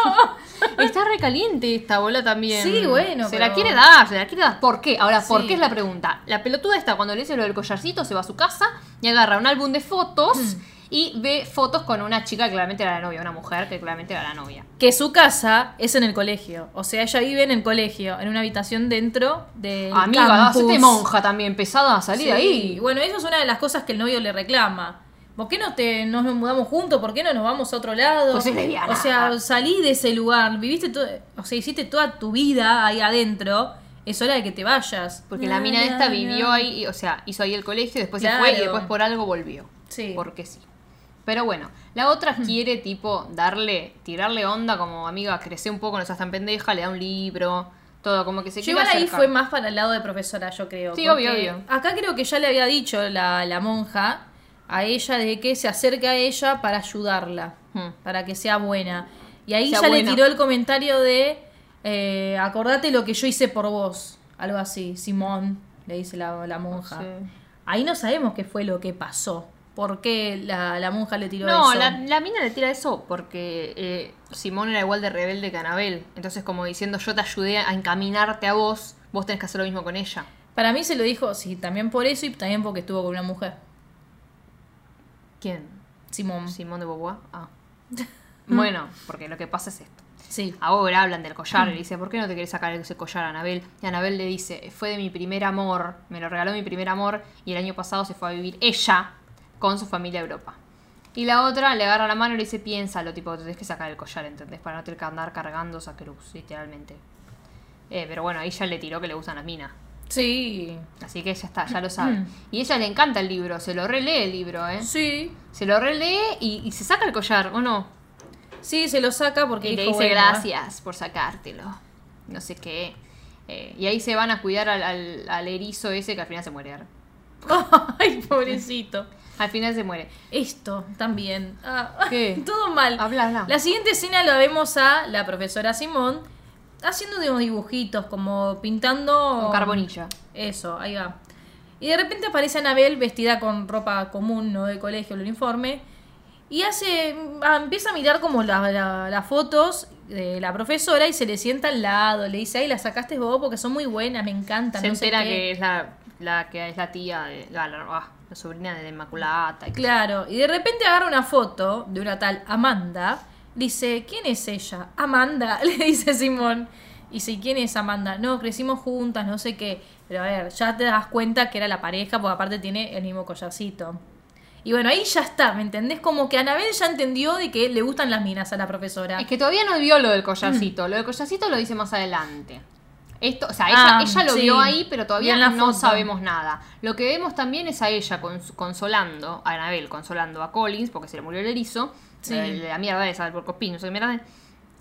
No, Está recaliente esta bola también. Sí, bueno, Se pero- la quiere dar, se la quiere dar. ¿Por qué? Ahora, ¿por Sí. qué es la pregunta? La pelotuda está cuando le dice lo del collarcito, se va a su casa y agarra un álbum de fotos Mm. y ve fotos con una chica que claramente era la novia, una mujer que claramente era la novia. que su casa es en el colegio. O sea, ella vive en el colegio, en una habitación dentro del Amiga, campus. hacete monja también, pesada, salí Sí. de ahí. Bueno, eso es una de las cosas que el novio le reclama. ¿Por qué no te, no nos mudamos juntos? ¿Por qué no nos vamos a otro lado? Pues es lesbiana. o sea, salí de ese lugar, viviste to- o sea, hiciste toda tu vida ahí adentro. Es hora de que te vayas. Porque la mina Na, esta na, vivió na. ahí, y, o sea, hizo ahí el colegio, después Claro. se fue y después por algo volvió. Sí. Hmm. Porque sí. Pero bueno, la otra quiere tipo darle, tirarle onda como amiga, crece un poco, no seas tan pendeja, le da un libro, todo, como que se Yo quiere igual ahí acercar. fue más para el lado de profesora, yo creo. Sí, porque obvio, obvio. Acá creo que ya le había dicho la, la monja a ella de que se acerque a ella para ayudarla, Hmm. para que sea buena. Y ahí Sea ya buena. le tiró el comentario de, eh, acordate lo que yo hice por vos, algo así, Simón, le dice la, la monja. Sí. Ahí no sabemos qué fue lo que pasó, por qué la, la monja le tiró No, eso. la, la mina le tira eso porque eh, Simón era igual de rebelde que Anabel. Entonces, como diciendo, yo te ayudé a encaminarte a vos, vos tenés que hacer lo mismo con ella. Para mí se lo dijo, sí, también por eso y también porque estuvo con una mujer, ¿Quién? Simón. Sí. Simón de Beauvoir. Ah. bueno, porque lo que pasa es esto. sí. Ahora hablan del collar y le dice, ¿por qué no te querés sacar ese collar a Anabel? Y Anabel le dice, fue de mi primer amor, me lo regaló mi primer amor y el año pasado se fue a vivir ella con su familia a Europa. Y la otra le agarra la mano y le dice, piénsalo, tipo, te tenés que sacar el collar, ¿entendés? Para no tener que andar cargando esa cruz, literalmente. Eh, pero bueno, ahí ya le tiró que le gustan las minas. Sí. Así que ya está, ya lo sabe. Y ella le encanta el libro, se lo relee el libro, ¿eh? Sí, Se lo relee y, y se saca el collar, ¿o no? sí, se lo saca porque Y le dijo, dice bueno, gracias por sacártelo. No sé qué. Eh, y ahí se van a cuidar al, al- al erizo ese que al final se muere. Ay, pobrecito. Al final se muere. Esto también. Ah, ¿Qué? Todo mal. Habla, habla. La siguiente escena la vemos a la profesora Simón haciendo de unos dibujitos, como pintando. Con carbonilla. Eso, ahí va. Y de repente aparece Anabel vestida con ropa común, no de colegio, el uniforme. Y hace. ah, empieza a mirar como la- la- las fotos de la profesora y se le sienta al lado. Le dice, ay, las sacaste vos porque son muy buenas, me encantan. Se no sé entera qué". que es la, la que es la tía de la, la- ah, la sobrina de la Inmaculata. Y- Claro, y de repente agarra una foto de una tal Amanda. Dice, ¿quién es ella? Amanda, le dice Simón. Y dice, ¿quién es Amanda? No, crecimos juntas, no sé qué. Pero a ver, ya te das cuenta que era la pareja, porque aparte tiene el mismo collarcito. Y bueno, ahí ya está, ¿me entendés? Como que Anabel ya entendió de que le gustan las minas a la profesora. Es que todavía no vio lo Mm. del collarcito. Lo del collarcito lo dice más adelante. Esto, o sea, ella, Ah, ella lo sí. vio ahí, pero todavía Y en la no foto. sabemos nada. Lo que vemos también es a ella cons- consolando, a Anabel consolando a Collins, porque se le murió el erizo. Sí. El de la mierda de Salvador Copín, no sé qué mierda. es.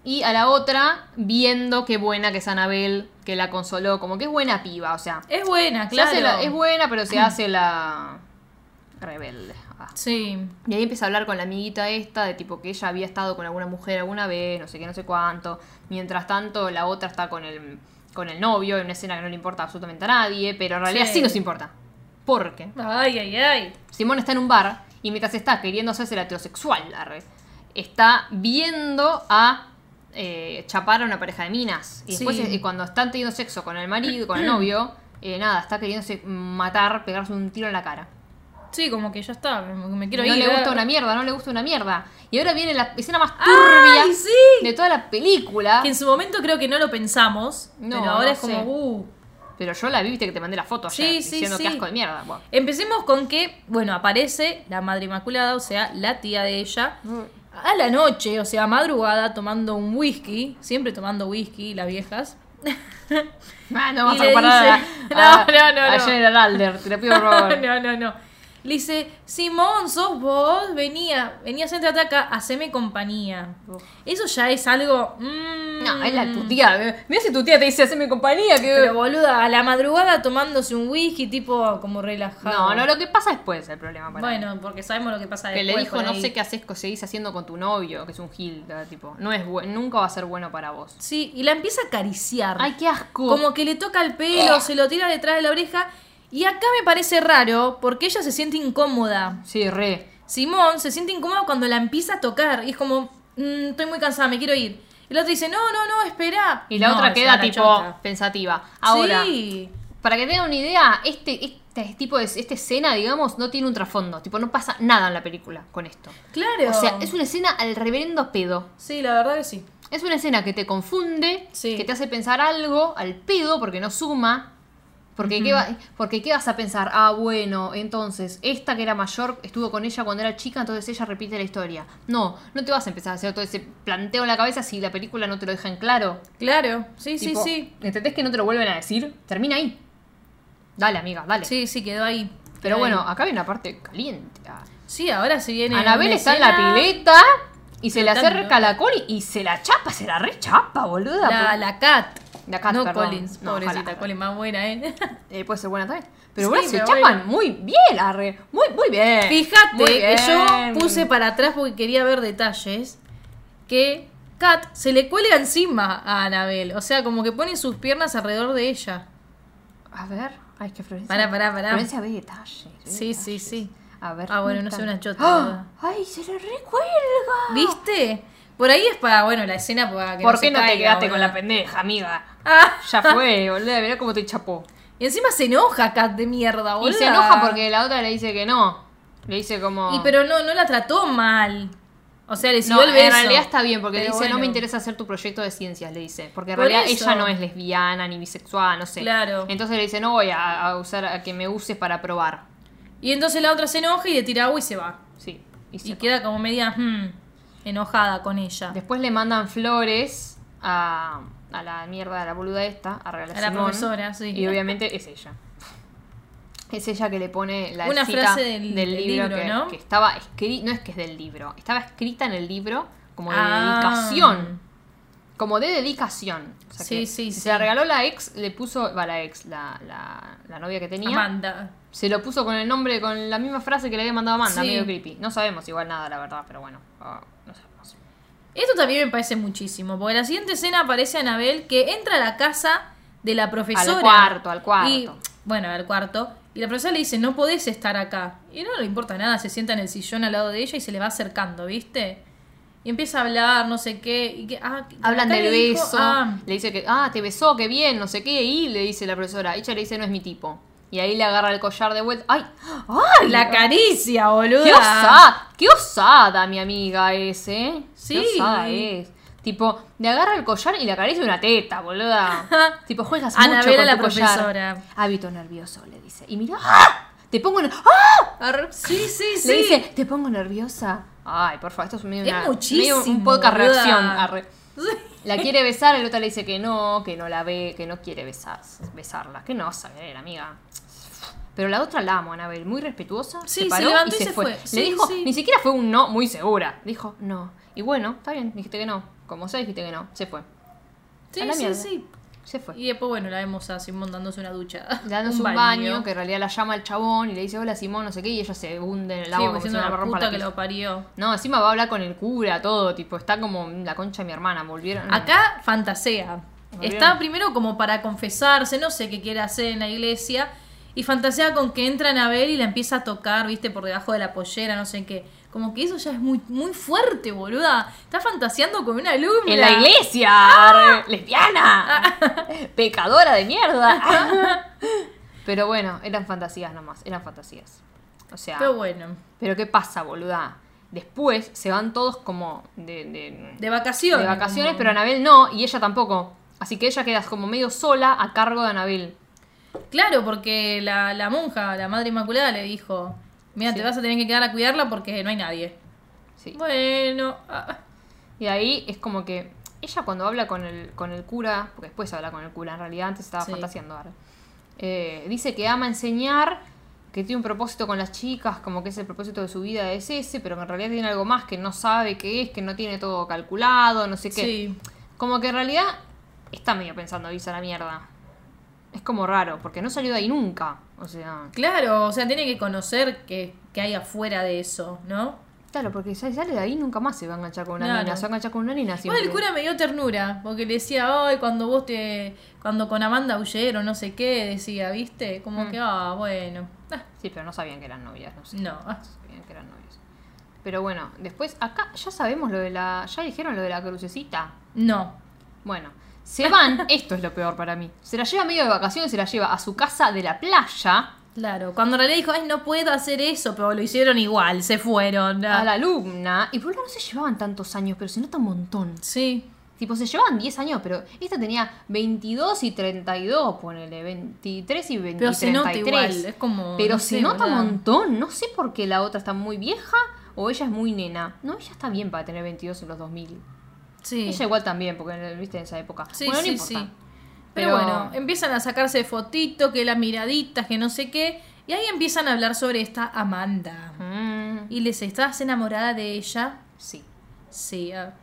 Y a la otra, viendo qué buena que es Anabel, que la consoló, como que es buena piba, o sea. Es buena, se hace claro. la- es buena, pero se hace la rebelde. Ah. Sí. Y ahí empieza a hablar con la amiguita esta, de tipo que ella había estado con alguna mujer alguna vez, no sé qué, no sé cuánto. Mientras tanto, la otra está con el, con el novio, en una escena que no le importa absolutamente a nadie, pero en realidad sí, Sí. nos importa. ¿Por qué? Ay, ay, ay. Simón está en un bar y mientras está queriendo hacerse la heterosexual, arre, está viendo a eh, chapar a una pareja de minas. Y después, Sí. eh, cuando están teniendo sexo con el marido, con el novio, eh, nada, está queriéndose matar, pegarse un tiro en la cara. Sí, como que ya está, me, me quiero no ir. le eh. gusta una mierda, no le gusta una mierda. Y ahora viene la escena más ¡Ay, turbia sí! de toda la película. Que en su momento creo que no lo pensamos, No, pero ahora no es como, sé. uh. Pero yo la vi, viste que te mandé la foto ayer Sí, sí, diciendo sí. que asco de mierda. Bueno, Empecemos con que, bueno, aparece la madre inmaculada, o sea, la tía de ella, a la noche, o sea, madrugada, tomando un whisky, siempre tomando whisky, las viejas. Ah, no Y vas a le comparar dice- a, a- No, no, no, a no. General Alder, te lo pido por favor. no, no, no. Le dice, Simón, sos vos, venía, venía a entrar acá, haceme compañía. Eso ya es algo... mm, No, es la tu tía. Mira si tu tía te dice, haceme compañía. Que... Pero boluda, a la madrugada tomándose un whisky, tipo como relajado. no, no, lo que pasa después es el problema. para mí. Bueno, porque sabemos lo que pasa que después. le dijo, por no ahí. sé qué haces, co- seguís haciendo con tu novio, que es un gil, ¿verdad? tipo, no es buen- nunca va a ser bueno para vos. Sí, y la empieza a acariciar. Ay, qué asco. Como que le toca el pelo, se lo tira detrás de la oreja. Y acá me parece raro, porque ella se siente incómoda. Sí, re. Simón se siente incómoda cuando la empieza a tocar. Y es como, "Mm, estoy muy cansada, me quiero ir. Y la otra dice, no, no, no, espera. Y la No, otra se queda va a la tipo chota. pensativa. Ahora, Sí. para que tengan una idea, este, este tipo de esta escena, digamos, no tiene un trasfondo. Tipo, no pasa nada en la película con esto. Claro. O sea, es una escena al reverendo pedo. Sí, la verdad que sí. Es una escena que te confunde, Sí. que te hace pensar algo al pedo porque no suma. Porque, ¿qué va- porque qué vas a pensar? Ah, bueno, entonces, esta que era mayor estuvo con ella cuando era chica, entonces ella repite la historia. No, no te vas a empezar a hacer todo ese planteo en la cabeza si la película no te lo deja en claro. Claro. Sí, Tipo, sí, sí. ¿Entendés que no te lo vuelven a decir? Termina ahí. Dale, amiga, dale. Sí, Eh, sí, quedó ahí. Pero Quedó bueno, ahí. acá viene una parte caliente. Ah. Sí, ahora se viene. Anabel una está en la escena. pileta y se le Flotando. acerca la Coli y se la chapa, se la rechapa, boluda. La, Por- la Cat. La Kat, no perdón. Collins, No, pobrecita, ojalá. Collins más buena, ¿eh? Eh, puede ser buena también. Pero Sí, bueno, se pero chapan bueno. muy bien, arre. Muy, muy bien. Fíjate Muy que bien. yo puse para atrás porque quería ver detalles que Kat se le cuelga encima a Anabel. O sea, como que pone sus piernas alrededor de ella. A ver. Ay, que Florencia. Pará, pará, pará. Florencia ve detalles. ve Sí, detalles. sí, sí. A ver. Ah, bueno, no está. sé, una chota, ¡Ah! boluda. Ay, se le recuelga. ¿Viste? Por ahí es para, bueno, la escena para que ¿Por no qué se no te caiga, quedaste con boluda. la pendeja, amiga? Ah, Ya fue, boluda. Mirá cómo te chapó. y encima se enoja Kat de mierda, boluda. Y se enoja porque la otra le dice que no. Le dice como. Y pero no, no la trató mal. O sea, le No, siguió el en beso. realidad está bien, porque Pero dice, no bueno. me interesa hacer tu proyecto de ciencias, le dice. Porque en Por realidad eso. ella no es lesbiana, ni bisexual, no sé. Claro. Entonces le dice, no voy a, a usar, a que me uses para probar. Y entonces la otra se enoja y le tira agua y se va. Sí. Y se Y va. queda como media hmm, enojada con ella. Después le mandan flores a, a la mierda de la boluda esta, a regalar A la profesora, sí. Y obviamente es ella. Es ella que le pone la Una cita frase del- del libro, libro, que, ¿no? que estaba escrita, no es que es del libro, estaba escrita en el libro como de Ah. dedicación. Como de dedicación. O sea Sí, que sí, si sí. Se la regaló la ex, le puso, va la ex, la, la- la novia que tenía. Amanda. Se lo puso con el nombre, con la misma frase que le había mandado Amanda, Sí. medio creepy. No sabemos igual nada, la verdad, pero bueno, ah, no sabemos. Esto también me parece muchísimo, porque la siguiente escena aparece Anabel que entra a la casa de la profesora. Al cuarto, al cuarto. Y, bueno, al cuarto. Y la profesora le dice, no podés estar acá. Y no le importa nada, se sienta en el sillón al lado de ella y se le va acercando, ¿viste? Y empieza a hablar, no sé qué. Y que, ah, que- Hablan acá del le dijo- beso. ah, Le dice que, ah, te besó, qué bien, no sé qué. Y le dice la profesora. Y ella le dice, no es mi tipo. Y ahí le agarra el collar de vuelta. ¡Ay! ¡Ay! la caricia, boluda. ¡Qué osada! ¡Qué osada, mi amiga es, eh! Sí. ¡Qué osada es! Tipo, le agarra el collar y le acaricia una teta, boluda. tipo, juegas mucho Anabela, con la tu collar. profesora. Hábito nervioso, le dice. Y mira, ¡ah! Te pongo... ner- ¡Ah! Arr- Sí, sí, sí. Le dice, te pongo nerviosa. Ay, por favor, esto es medio, Es una- muchísimo, medio un podcast boluda. reacción. Arre. Sí. La quiere besar, el otro le dice que no, que no la ve, que no quiere besar, besarla. Que no vas a querer, amiga. Pero la otra la amo, Anabel, muy respetuosa. Sí, se paró levantó y se, fue. Le Sí, dijo, sí. ni siquiera fue un no muy segura. Dijo, no. Y bueno, está bien, dijiste que no. Como sea, dijiste que no. Se fue. A Sí, la sí, mierda. sí. Se fue. Y después, bueno, la vemos a Simón dándose una ducha. Dándose un, baño, que en realidad la llama el chabón y le dice, hola Simón, no sé qué, y ella se hunde en el Sí, agua como como si siendo una la rompa puta la que pija. lo parió. No, encima va a hablar con el cura, todo, tipo, está como la concha de mi hermana, volvieron. Acá fantasea. Ah. Muy Está bien. primero como para confesarse, no sé qué quiere hacer en la iglesia. Y fantasea con que entran a ver y la empieza a tocar, viste, por debajo de la pollera, no sé qué. Como que eso ya es muy, muy fuerte, boluda. Está fantaseando con una alumna. En la iglesia, re- lesbiana, pecadora de mierda. Pero bueno, eran fantasías nomás, eran fantasías. O sea, Pero bueno. pero ¿qué pasa, boluda? Después se van todos como de, de, De vacaciones. de vacaciones, como- pero Anabel no, y ella tampoco. Así que ella queda como medio sola a cargo de Anabel. Claro, porque la, la monja, la madre inmaculada, le dijo: Mira, te vas a tener que quedar a cuidarla porque no hay nadie. Sí. Bueno. ah. Y ahí es como que ella cuando habla con el, con el cura, porque después habla con el cura, en realidad antes estaba Sí. fantaseando ahora, eh, dice que ama enseñar, que tiene un propósito con las chicas, como que es el propósito de su vida es ese, pero que en realidad tiene algo más que no sabe qué es, que no tiene todo calculado, no sé qué. Sí. Como que en realidad está medio pensando irse a la mierda. Es como raro, porque no salió de ahí nunca. O sea, Claro, o sea, tiene que conocer que, que hay afuera de eso, ¿no? claro, porque si sale de ahí nunca más se va a enganchar con una Claro. nena, se va a enganchar con una nena Igual siempre. el cura me dio ternura, porque le decía, ay, cuando vos te. cuando con Amanda huyeron, no sé qué, decía, ¿viste? Mm. Como que, ah, bueno. Ah, Sí, pero no sabían que eran novias, no sé. no. ah. Sabían que eran novios. Pero bueno, después acá ya sabemos lo de la. Ya dijeron lo de la crucecita. No. Bueno, se van, esto es lo peor para mí. Se la lleva medio de vacaciones, se la lleva a su casa de la playa, Claro. Cuando en realidad dijo, ay, no puedo hacer eso, pero lo hicieron igual, se fueron. ah. a la alumna. Y por un lado no se llevaban tantos años, pero se nota un montón. Sí. Tipo, se llevaban 10 años, pero esta tenía 22 y 32, ponele, 23 y 23. Pero se nota igual, es como, Pero no se sé, nota un boluda. montón, no sé por qué la otra está muy vieja o ella es muy nena. No, ella está bien para tener 22 en los 2000. Sí. Ella igual también, porque viste en esa época. Sí, bueno, no sí, importa. sí. Pero, Pero- bueno, empiezan a sacarse fotitos, que las miraditas, que no sé qué. Y ahí empiezan a hablar sobre esta Amanda. Mm, Y les estás enamorada de ella. sí. Sí. ah.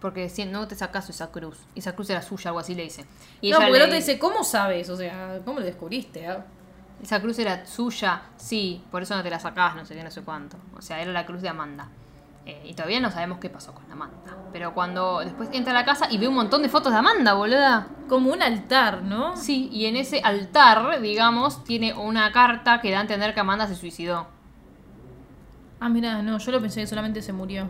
Porque decían, no te sacas esa cruz. Esa cruz era suya, algo así le dice. Y ella No, porque le- el otro dice, ¿cómo sabes? O sea, ¿cómo lo descubriste? ah? Esa cruz era suya, sí, por eso no te la sacás, no sé qué, no sé cuánto. O sea, era la cruz de Amanda. Eh, y todavía no sabemos qué pasó con Amanda. Pero cuando después entra a la casa y ve un montón de fotos de Amanda, boluda. Como un altar, ¿no? Sí, y en ese altar, digamos, tiene una carta que da a entender que Amanda se suicidó. Ah, mira, no, yo lo pensé que solamente se murió.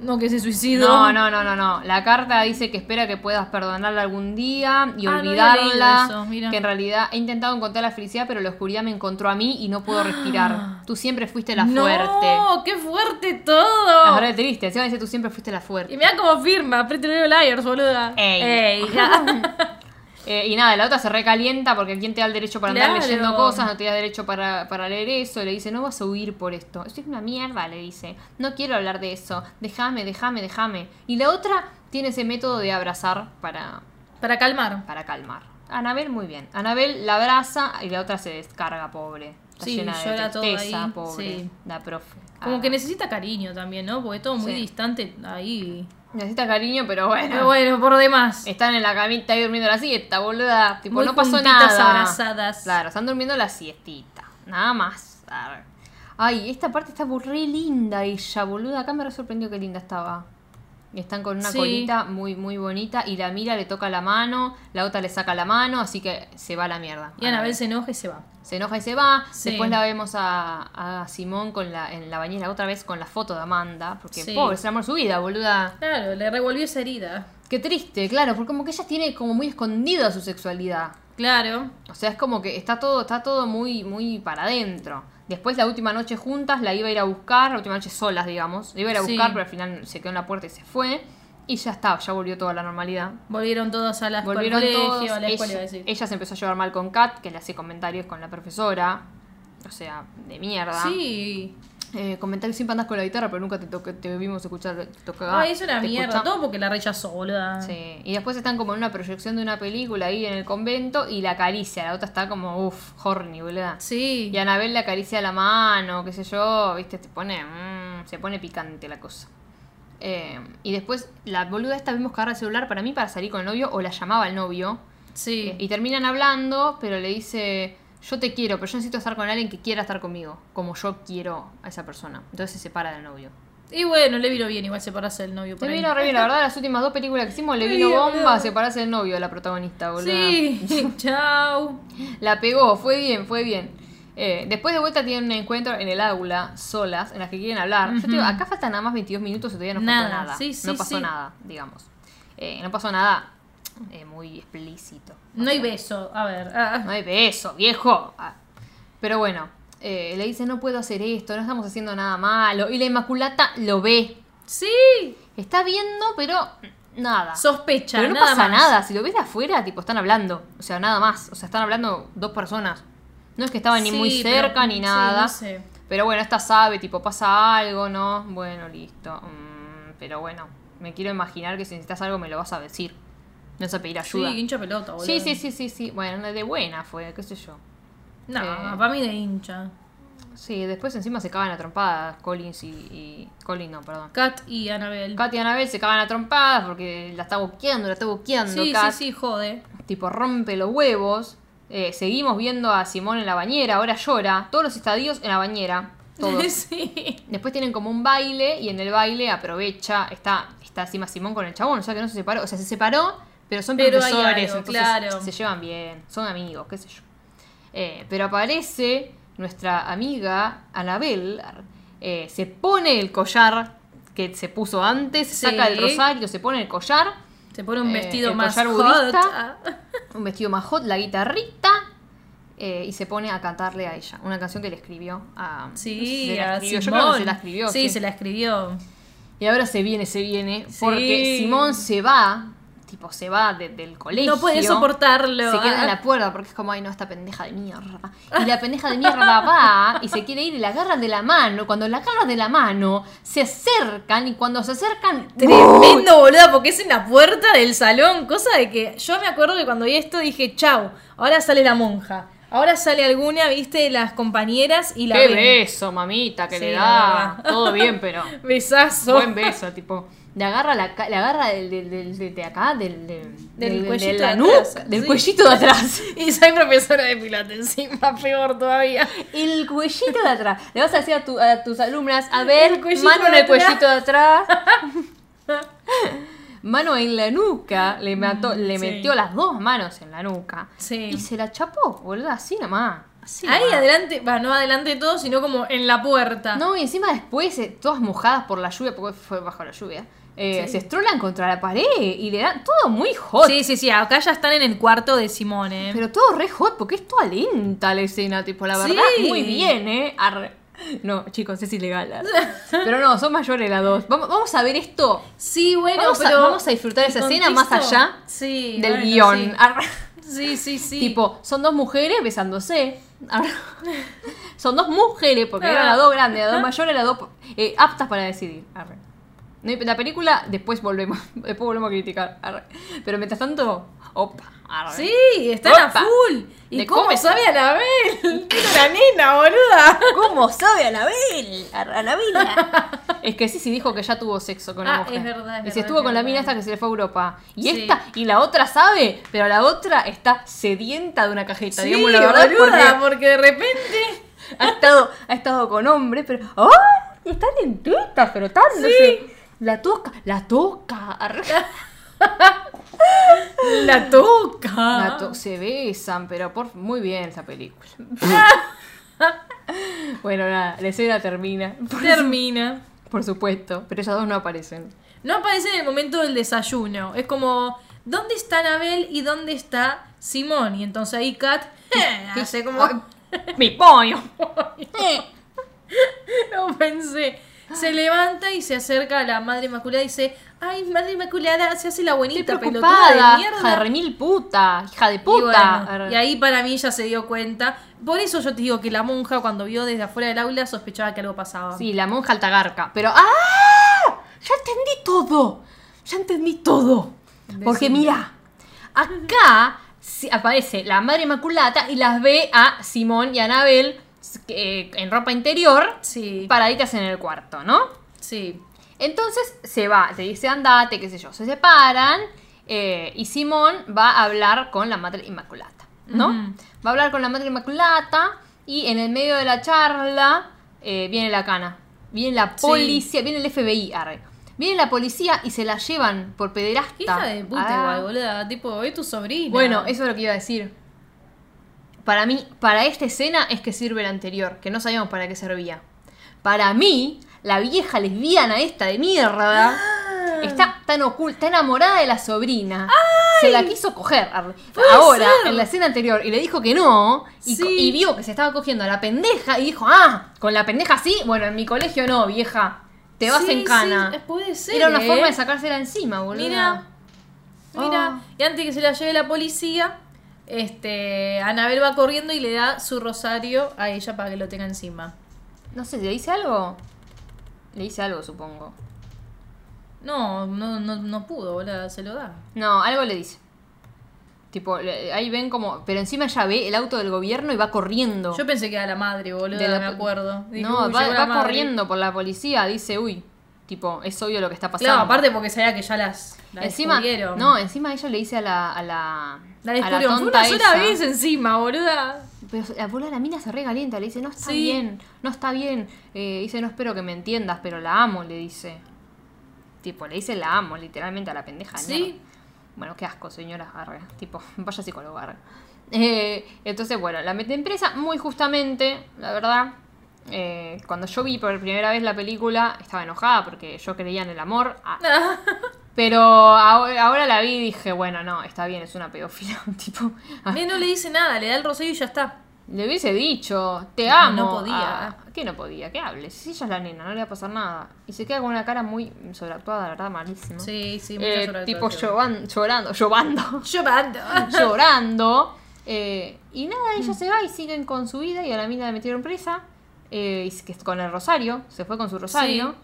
No, que se suicidó. No, no, no, no, no. La carta dice que espera que puedas perdonarla algún día y Ah, no había olvidarla. leído eso, mira. que en realidad he intentado encontrar la felicidad, pero la oscuridad me encontró a mí y no puedo respirar. Tú siempre fuiste la fuerte. No, qué fuerte Es todo. re triste. Encima dice, tú siempre fuiste la fuerte. Y mira cómo firma, Pretty Little Liars, boluda. Ey. ya. Eh, y nada, la otra se recalienta porque ¿quién te da el derecho para andar Claro. leyendo cosas? No te da derecho para, para leer eso. Le dice, no vas a huir por esto. Esto es una mierda, le dice. No quiero hablar de eso. Déjame, déjame, déjame. Y la otra tiene ese método de abrazar para, Para calmar. para calmar. Anabel, muy bien. Anabel la abraza y la otra se descarga, pobre. Está Sí, llena de llora todo tristeza, ahí, pobre. sí. La profe. Como Ah, que necesita cariño también, ¿no? Porque todo muy Sí. Ah. distante ahí. necesita cariño, pero bueno. Pero bueno, por demás. Están en la camita ahí durmiendo la siesta, boluda. Tipo, Muy no pasó juntitas, nada. abrazadas. Claro, están durmiendo la siestita. Nada más. A ver. Ay, esta parte está bu- re linda ella, boluda. Acá me re sorprendió que linda estaba. Y Están con una Sí. colita muy, muy bonita. Y la mira, le toca la mano. La otra le saca la mano. Así que se va a la mierda. Y Anabel se enoja y se va. Se enoja y se va. Sí. Después la vemos a, a Simón con la, en la bañera otra vez con la foto de Amanda. Porque, Sí. pobre, es el amor de su vida, boluda. Claro, le revolvió esa herida. Qué triste, claro, porque como que ella tiene como muy escondida su sexualidad. Claro. O sea, es como que está todo, está todo muy, muy para adentro. Después la última noche juntas la iba a ir a buscar, la última noche solas, digamos. La iba a ir a Sí. buscar, pero al final se quedó en la puerta y se fue. Y ya está, ya volvió toda la normalidad. Volvieron todos a la escuela, Volvieron al colegio, todos. a la escuela, iba a Ella, decir. ella se empezó a llevar mal con Kat, que le hace comentarios con la profesora. O sea, de mierda. Sí. Eh, comentarios siempre andas con la guitarra, pero nunca te, toque- te vimos escuchar. Tocar, Ay, es una Ah, te mierda. escuchamos. Todo porque la rechazó, boluda. Sí, y después están como en una proyección de una película ahí en el convento y la acaricia, la otra está como, uff, horny, boluda. Sí. Y Anabel la acaricia la mano, qué sé yo, viste, te pone, mm, se pone picante la cosa. Eh, y después la boluda esta vimos que agarra el celular para mí para salir con el novio o la llamaba el novio. Sí. Eh, Y terminan hablando, pero le dice, yo te quiero, pero yo necesito estar con alguien que quiera estar conmigo, como yo quiero a esa persona. Entonces se separa del novio. Y bueno, le vino bien igual separarse del novio. por Le ahí. vino re bien, la verdad, las últimas dos películas que hicimos le Le vino vino bomba bien. separarse del novio a la protagonista, boludo. Sí, chao. La pegó, fue bien, fue bien. Eh, después de vuelta tienen un encuentro en el aula, solas, en las que quieren hablar. Yo te digo, acá faltan nada más 22 minutos y todavía no Nada, pasó nada. sí, sí, no pasó sí. nada, digamos. Eh, no pasó nada eh, muy explícito. No hay beso, a ver. No ah. hay beso, viejo. Ah. Pero bueno, eh, le dice, no puedo hacer esto, no estamos haciendo nada malo. Y la Inmaculata lo ve. Sí, Está viendo, pero nada. sospecha. Ah. Pero no nada pasa más. nada, si lo ves de afuera, tipo, están hablando. O sea, nada más. O sea, están hablando dos personas. No es que estaban ni Sí, muy pero- cerca ni sí, nada. no sé. Pero bueno, esta sabe, tipo, pasa algo, ¿no? Bueno, listo. Mm, pero bueno, me quiero imaginar que si necesitas algo me lo vas a decir. No vas a pedir Sí, ayuda. hincha pelota, boludo. sí, sí, sí, sí, sí. Bueno, de buena fue, qué sé yo. No, Eh. para mí de hincha. Sí, después encima se cagan a trompadas Collins y, y- Collins, no, perdón. Kat y Anabel. Katy y Anabel se cagan a trompadas porque la está boqueando, la está boqueando. sí, Kat. sí, sí, jode. tipo rompe los huevos. Eh, seguimos viendo a Simón en la bañera, ahora llora. Todos los estadios en la bañera, todos. sí. Después tienen como un baile y en el baile aprovecha, está, está encima Simón con el chabón, o sea que no se separó, o sea, se separó, pero son Pero hay profesores, algo, entonces claro. se llevan bien, son amigos, qué sé yo. Eh, pero aparece nuestra amiga Anabel, eh, se pone el collar que se puso antes, Sí. saca el rosario, se pone el collar. Se pone un Eh, vestido el más collar hot. budista. Ah. un vestido más hot, la guitarrita, eh, y se pone a cantarle a ella. Una canción que le escribió a. Sí, se la a escribió. Yo Simón. creo que se la escribió. Sí, se la escribió. Y ahora se viene, se viene, Sí. porque Simón se va, tipo, se va de- del colegio. No puede soportarlo. Se queda en Ah. la puerta porque es como, ay, no, esta pendeja de mierda. Y la pendeja de mierda va y se quiere ir y la agarran de la mano. Cuando la agarran de la mano, se acercan y cuando se acercan. Tremendo, boluda, porque es en la puerta del salón. Cosa de que yo me acuerdo que cuando vi esto dije, chau, ahora sale la monja. Ahora sale alguna, viste, de las compañeras y la ¡Qué ven. beso, mamita, que Sí, le la da! verdad. Todo bien, pero. Besazo. Buen beso, tipo. Le agarra, la, ca- le agarra del, del- del- del- de acá, del, del, del- cuellito de la de nuca, atrás, del sí. cuellito de atrás. Y soy profesora de pilates encima, peor todavía. El cuellito de atrás. Le vas a decir a, tu- a tus alumnas, a ver, El cuellito mano en de el atrás. cuellito de atrás. Mano en la nuca. Le, mató, le sí. metió las dos manos en la nuca. Sí. Y se la chapó, boludo, así nomás. Así Ahí nomás. adelante, va, no adelante todo, sino como en la puerta. No, y encima después, eh, todas mojadas por la lluvia, porque fue bajo la lluvia, eh, Sí. se estrolan contra la pared y le dan todo muy hot. Sí, sí, sí, acá ya están en el cuarto de Simone. Pero todo re hot, porque es toda lenta la escena, tipo, la verdad, Sí. muy bien, ¿eh? Arre. No, chicos, es ilegal. arre. Pero no, son mayores las dos. Vamos, vamos a ver esto sí, bueno, Vamos a- pero vamos a disfrutar el esa escena más allá sí, del bueno, guión. sí. arre. Sí, sí, sí. Tipo, son dos mujeres besándose. arre. Son dos mujeres, porque Ah. eran las dos grandes, las dos mayores, las dos eh, aptas para decidir. arre. No, y La película, después volvemos, después volvemos a criticar. arre. Pero mientras tanto, opa. arre. Sí, están Opa. a full. ¿Y De cómo cómo sabe Anabel? La nena, boluda. ¿Cómo sabe Anabel? A Anabela. Es que sí, sí dijo que ya tuvo sexo con la Ah, mujer. es verdad, es y verdad, se estuvo es con la verdad. mina hasta que se le fue a Europa. Y Sí. esta, y la otra sabe, pero la otra está sedienta de una cajeta, Sí, digamos la verdad, boluda, porque porque de repente. ha estado, ha estado con hombres, pero. ¡Ay! Está lentita, pero tan. La toca, la toca. arre. La toca. La to- se besan, pero por muy bien esa película. bueno, nada, la escena termina. Termina. Por supuesto, pero ellas dos no aparecen. No aparece en el momento del desayuno. Es como, ¿dónde está Anabel y dónde está Simón? Y entonces ahí Kat eh, ¿Qué? hace como. Ay, Mi pollo. No pensé. Se levanta y se acerca a la madre inmaculada y dice: Ay, madre inmaculada, se hace la buenita Estoy pelotuda preocupada. de mierda. hija de remil puta. Hija de Y puta. bueno, Y, ahí para mí ya se dio cuenta. Por eso yo te digo que la monja, cuando vio desde afuera del aula, sospechaba que algo pasaba. Sí, la monja altagarca. Pero ¡ah! Ya entendí todo. Ya entendí todo. Porque Decime. mira, acá si- aparece la madre inmaculata y las ve a Simón y a Anabel eh, en ropa interior, Sí. paraditas en el cuarto, ¿no? sí. Entonces se va, te dice andate, qué sé yo, se separan eh, y Simón va a hablar con la Madre Inmaculata, ¿no? Ujú. Va a hablar con la Madre Inmaculata y en el medio de la charla eh, viene la cana. Viene la Sí. policía, viene el FBI, arre. Viene la policía y se la llevan por pederasta. Hija de puta Ah. igual, boluda. Tipo, es tu sobrina. Bueno, eso es lo que iba a decir. Para mí, para esta escena es que sirve la anterior, que no sabíamos para qué servía. Para mí, la vieja lesbiana esta de mierda Ah. está tan oculta, enamorada de la sobrina. Se la quiso coger. ar- Puede Ahora, ser. en la escena anterior, y le dijo que no, y, co- Sí. y vio que se estaba cogiendo a la pendeja, y dijo, ah, con la pendeja sí, bueno, en mi colegio no, vieja. Te vas Sí, en cana. sí, puede ser, Era una ¿eh? forma de Ah. sacársela encima, boludo. Mira, mira. Y antes que se la lleve la policía, este, Anabel va corriendo y le da su rosario a ella para que lo tenga encima. No sé, ¿le hice algo? Le hice algo, supongo. No, no, no, no pudo, boluda, se lo da. No, algo le dice. Tipo, le- ahí ven como. Pero encima ya ve el auto del gobierno y va corriendo. Yo pensé que era la madre, boludo, De la- me acuerdo. Dije, no, uy, va, llegó la va madre. corriendo por la policía, dice, uy. Tipo, es obvio lo que está pasando. Claro, aparte porque sabía que ya las, las encima, descubrieron. No, encima ella le dice a la. A la, a la la descubrieron. Fue tonta una sola esa. vez encima, boluda. Pero la bola de la mina se regalienta, le dice, no está Sí. bien, no está bien. Eh, dice, no espero que me entiendas, pero la amo, le dice. Tipo, le dice la amo, literalmente a la pendeja. de Sí. mierda. Bueno, qué asco, señora Arre. Tipo, vaya psicólogo Arre. Eh, entonces, bueno, la meten presa muy justamente, la verdad. Eh, cuando yo vi por primera vez la película, estaba enojada porque yo creía en el amor. Ah, Pero ahora, ahora la vi y dije, bueno, no, está bien, es una pedófila. tipo, ah, Bien, no le dice nada, le da el rosario y ya está. le hubiese dicho, te No amo. podía. Ah, ¿Qué no podía? ¿Qué hables? Si ella es la nena, no le va a pasar nada. Y se queda con una cara muy sobreactuada, la verdad, malísima. Sí, sí, mucha Eh, sobreactuación. tipo lloran- llorando, llorando, Llorando. llorando. Eh, y nada, Mm. ella se va y siguen con su vida y a la mina la metieron presa. eh, y que es con el rosario, se fue con su rosario.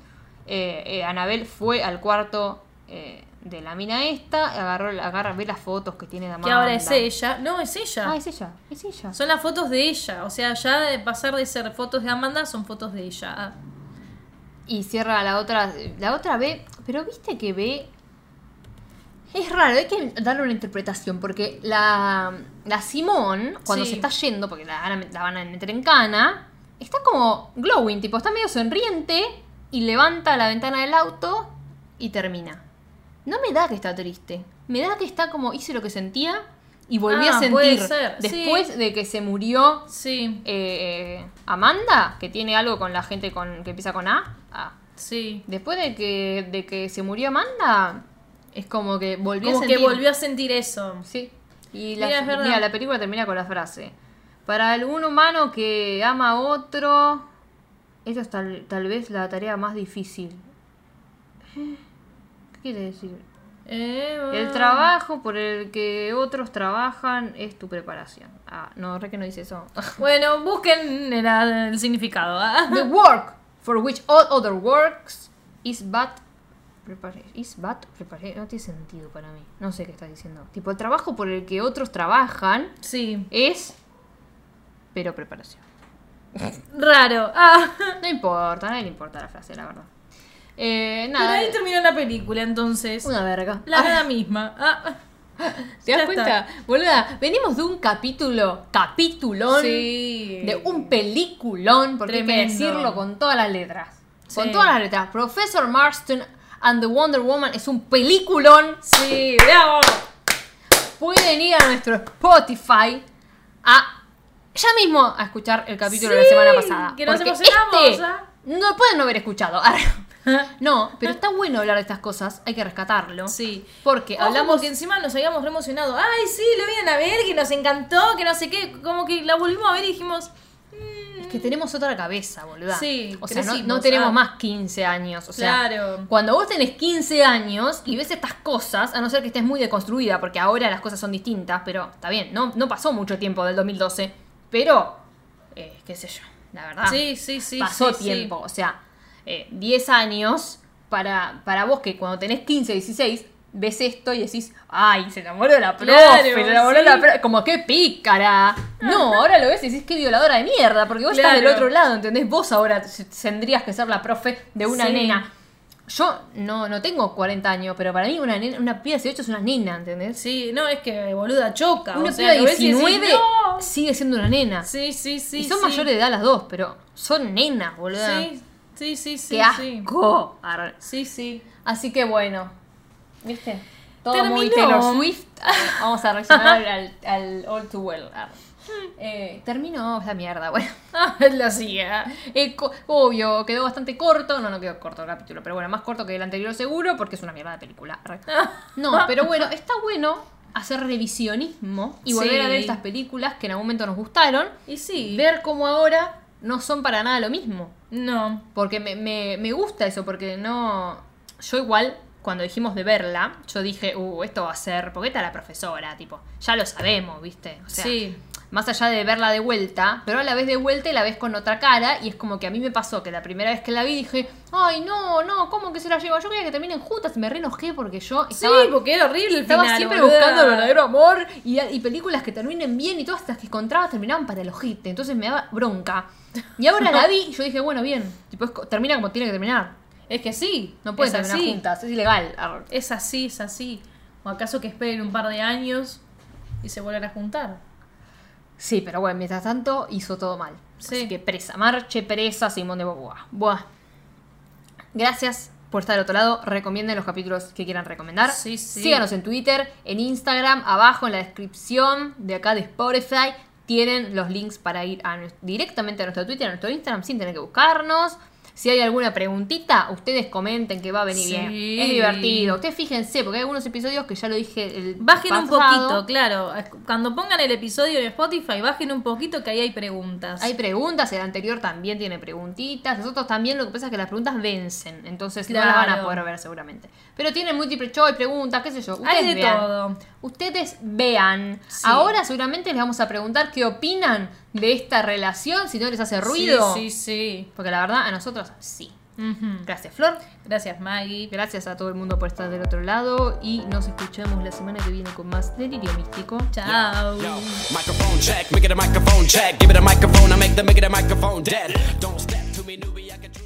Eh, eh, Anabel fue al cuarto eh, de la mina esta, agarró, agarra, ve las fotos que tiene la Que ahora es ella. No, es ella. Ah, es ella, es ella. Son las fotos de ella. O sea, ya de pasar de ser fotos de Amanda son fotos de ella. Ah, Y cierra la otra. La otra ve. Pero viste que ve. Es raro, hay que darle una interpretación. Porque la. La Simón, cuando Sí. se está yendo, porque la, van a- la van a meter en cana. Está como glowing, tipo, está medio sonriente. Y levanta la ventana del auto. Y termina. No me da que está triste. Me da que está como hice lo que sentía. Y volví a Ah, sentir. puede ser, sí. Después de que se murió Sí, eh, Amanda, que tiene algo con la gente con, que empieza con A. Ah. sí. Después de que, de que se murió Amanda, es como que volvió Como a sentir. que volvió a sentir eso. Sí. Y la, Mira, es verdad. mira, la película termina con la frase. Para algún humano que ama a otro, eso es tal, tal vez la tarea más difícil. ¿Qué quiere decir? Eh, ah. El trabajo por el que otros trabajan es tu preparación. Ah, no, re que no dice eso. Bueno, busquen el, el significado. ah. The work for which all other works is but preparation. Is but preparation. No tiene sentido para mí. No sé qué estás diciendo. Tipo, el trabajo por el que otros trabajan Sí. es. Pero preparación. Raro. Ah. No importa, a nadie le importa la frase, la verdad. Eh, Pero nada. ahí terminó la película, entonces. Una verga. La nada misma. Ah. ¿Te das ya cuenta? Boluda, venimos de un capítulo, capitulón, Sí. de un peliculón, porque hay que Tremendo. decirlo con todas las letras. Con Sí. todas las letras. Professor Marston and the Wonder Woman es un peliculón. Sí, bravo. Pueden ir a nuestro Spotify a ya mismo a escuchar el capítulo de la Sí, semana pasada. que nos porque emocionamos, este ¿ah? no lo pueden no haber escuchado. No, pero está bueno hablar de estas cosas, hay que rescatarlo. Sí. Porque hablamos que encima nos habíamos re emocionado. Ay, sí, lo vienen a ver, que nos encantó, que no sé qué. Como que la volvimos a ver y dijimos. mm, Es que tenemos otra cabeza, boluda. Sí, O sea, no, crecimos, no tenemos ah. más 15 años. O sea, Claro. cuando vos tenés 15 años y ves estas cosas, a no ser que estés muy deconstruida, porque ahora las cosas son distintas, pero está bien, no, no pasó mucho tiempo del 2012. Pero, eh, qué sé yo, la verdad. sí, sí, sí. Ah, pasó sí, sí. tiempo. O sea, eh, 10 años para, para vos que cuando tenés 15, 16, ves esto y decís, ay, se enamoró de la profe, Claro, se enamoró de sí. la profe. Como qué pícara. No, ahora lo ves y decís qué violadora de mierda, porque vos estás del Claro. otro lado, ¿entendés? Vos ahora t- tendrías que ser la profe de una Sí. nena. Yo no, no tengo 40 años, pero para mí una nena, una piba de 18 es una nena, ¿entendés? Sí, no, es que boluda choca. Una o sea, piba de lo ves y decís, 19 "No". sigue siendo una nena. Sí, sí, sí. y son sí. mayores de edad las dos, pero son nenas, boludo. Sí. Sí, sí, sí. ¡Qué sí. asco! Arre. Sí, sí. Así que bueno, ¿viste? Todo muy Terminó. Taylor Swift. Eh, Vamos a reaccionar al, al All Too Well. Arre. Eh, terminó esa mierda, bueno. Ah, la silla. Eh, co- obvio, quedó bastante corto. No, no quedó corto el capítulo, pero bueno, más corto que el anterior seguro porque es una mierda de película. Arre. No, pero bueno, está bueno hacer revisionismo y volver a ver Sí. estas películas que en algún momento nos gustaron. Y sí. Y ver cómo ahora no son para nada lo mismo. No. Porque me, me- me gusta eso, porque no. Yo igual, cuando dijimos de verla, yo dije, uh, esto va a ser. Porque está la profesora, tipo, ya lo sabemos, ¿viste? O sea, Sí. más allá de verla de vuelta, pero a la vez de vuelta y la ves con otra cara, y es como que a mí me pasó que la primera vez que la vi dije, ay, no, no, ¿cómo que se la lleva? Yo quería que terminen juntas, y me re enojé porque yo estaba. sí, porque era horrible el Estaba final, siempre boluda. buscando el verdadero amor y, y películas que terminen bien y todas estas que encontraba terminaban para el ojete. Entonces me daba bronca. Y ahora la vi y yo dije, bueno, bien. Tipo, es co- termina como tiene que terminar. Es que sí. No pueden es terminar así. juntas. Es ilegal. Arr. Es así, es así. ¿O acaso que esperen un par de años y se vuelvan a juntar? Sí, pero bueno, mientras tanto hizo todo mal. Sí. Así que presa. Marche, presa, Simón de Boboa. Buah. Gracias por estar al otro lado. Recomienden los capítulos que quieran recomendar. Sí, sí. Síganos en Twitter, en Instagram, abajo en la descripción de acá de Spotify. Tienen los links para ir a nues- directamente a nuestro Twitter, a nuestro Instagram, sin tener que buscarnos. Si hay alguna preguntita, ustedes comenten que va a venir Sí. bien. Es divertido. Ustedes fíjense, porque hay algunos episodios que ya lo dije el Bajen un pasado. poquito, claro. Cuando pongan el episodio en Spotify, bajen un poquito que ahí hay preguntas. Hay preguntas, el anterior también tiene preguntitas, nosotros también, lo que pasa es que las preguntas vencen, entonces no las van a Claro. poder ver seguramente. Pero tienen múltiple choice, preguntas, qué sé yo. Ustedes Hay de vean. todo. Ustedes vean. Sí. Ahora seguramente les vamos a preguntar qué opinan de esta relación, si no les hace ruido. Sí, sí. sí. Porque la verdad, a nosotros sí. Ujú. Gracias, Flor. Gracias, Maggie. Gracias a todo el mundo por estar del otro lado y nos escuchamos la semana que viene con más Delirio Místico. Chao. Yo, microphone check, make it a microphone check. Give it a microphone, I make the make it a microphone dead. Don't step to me, newbie, I can.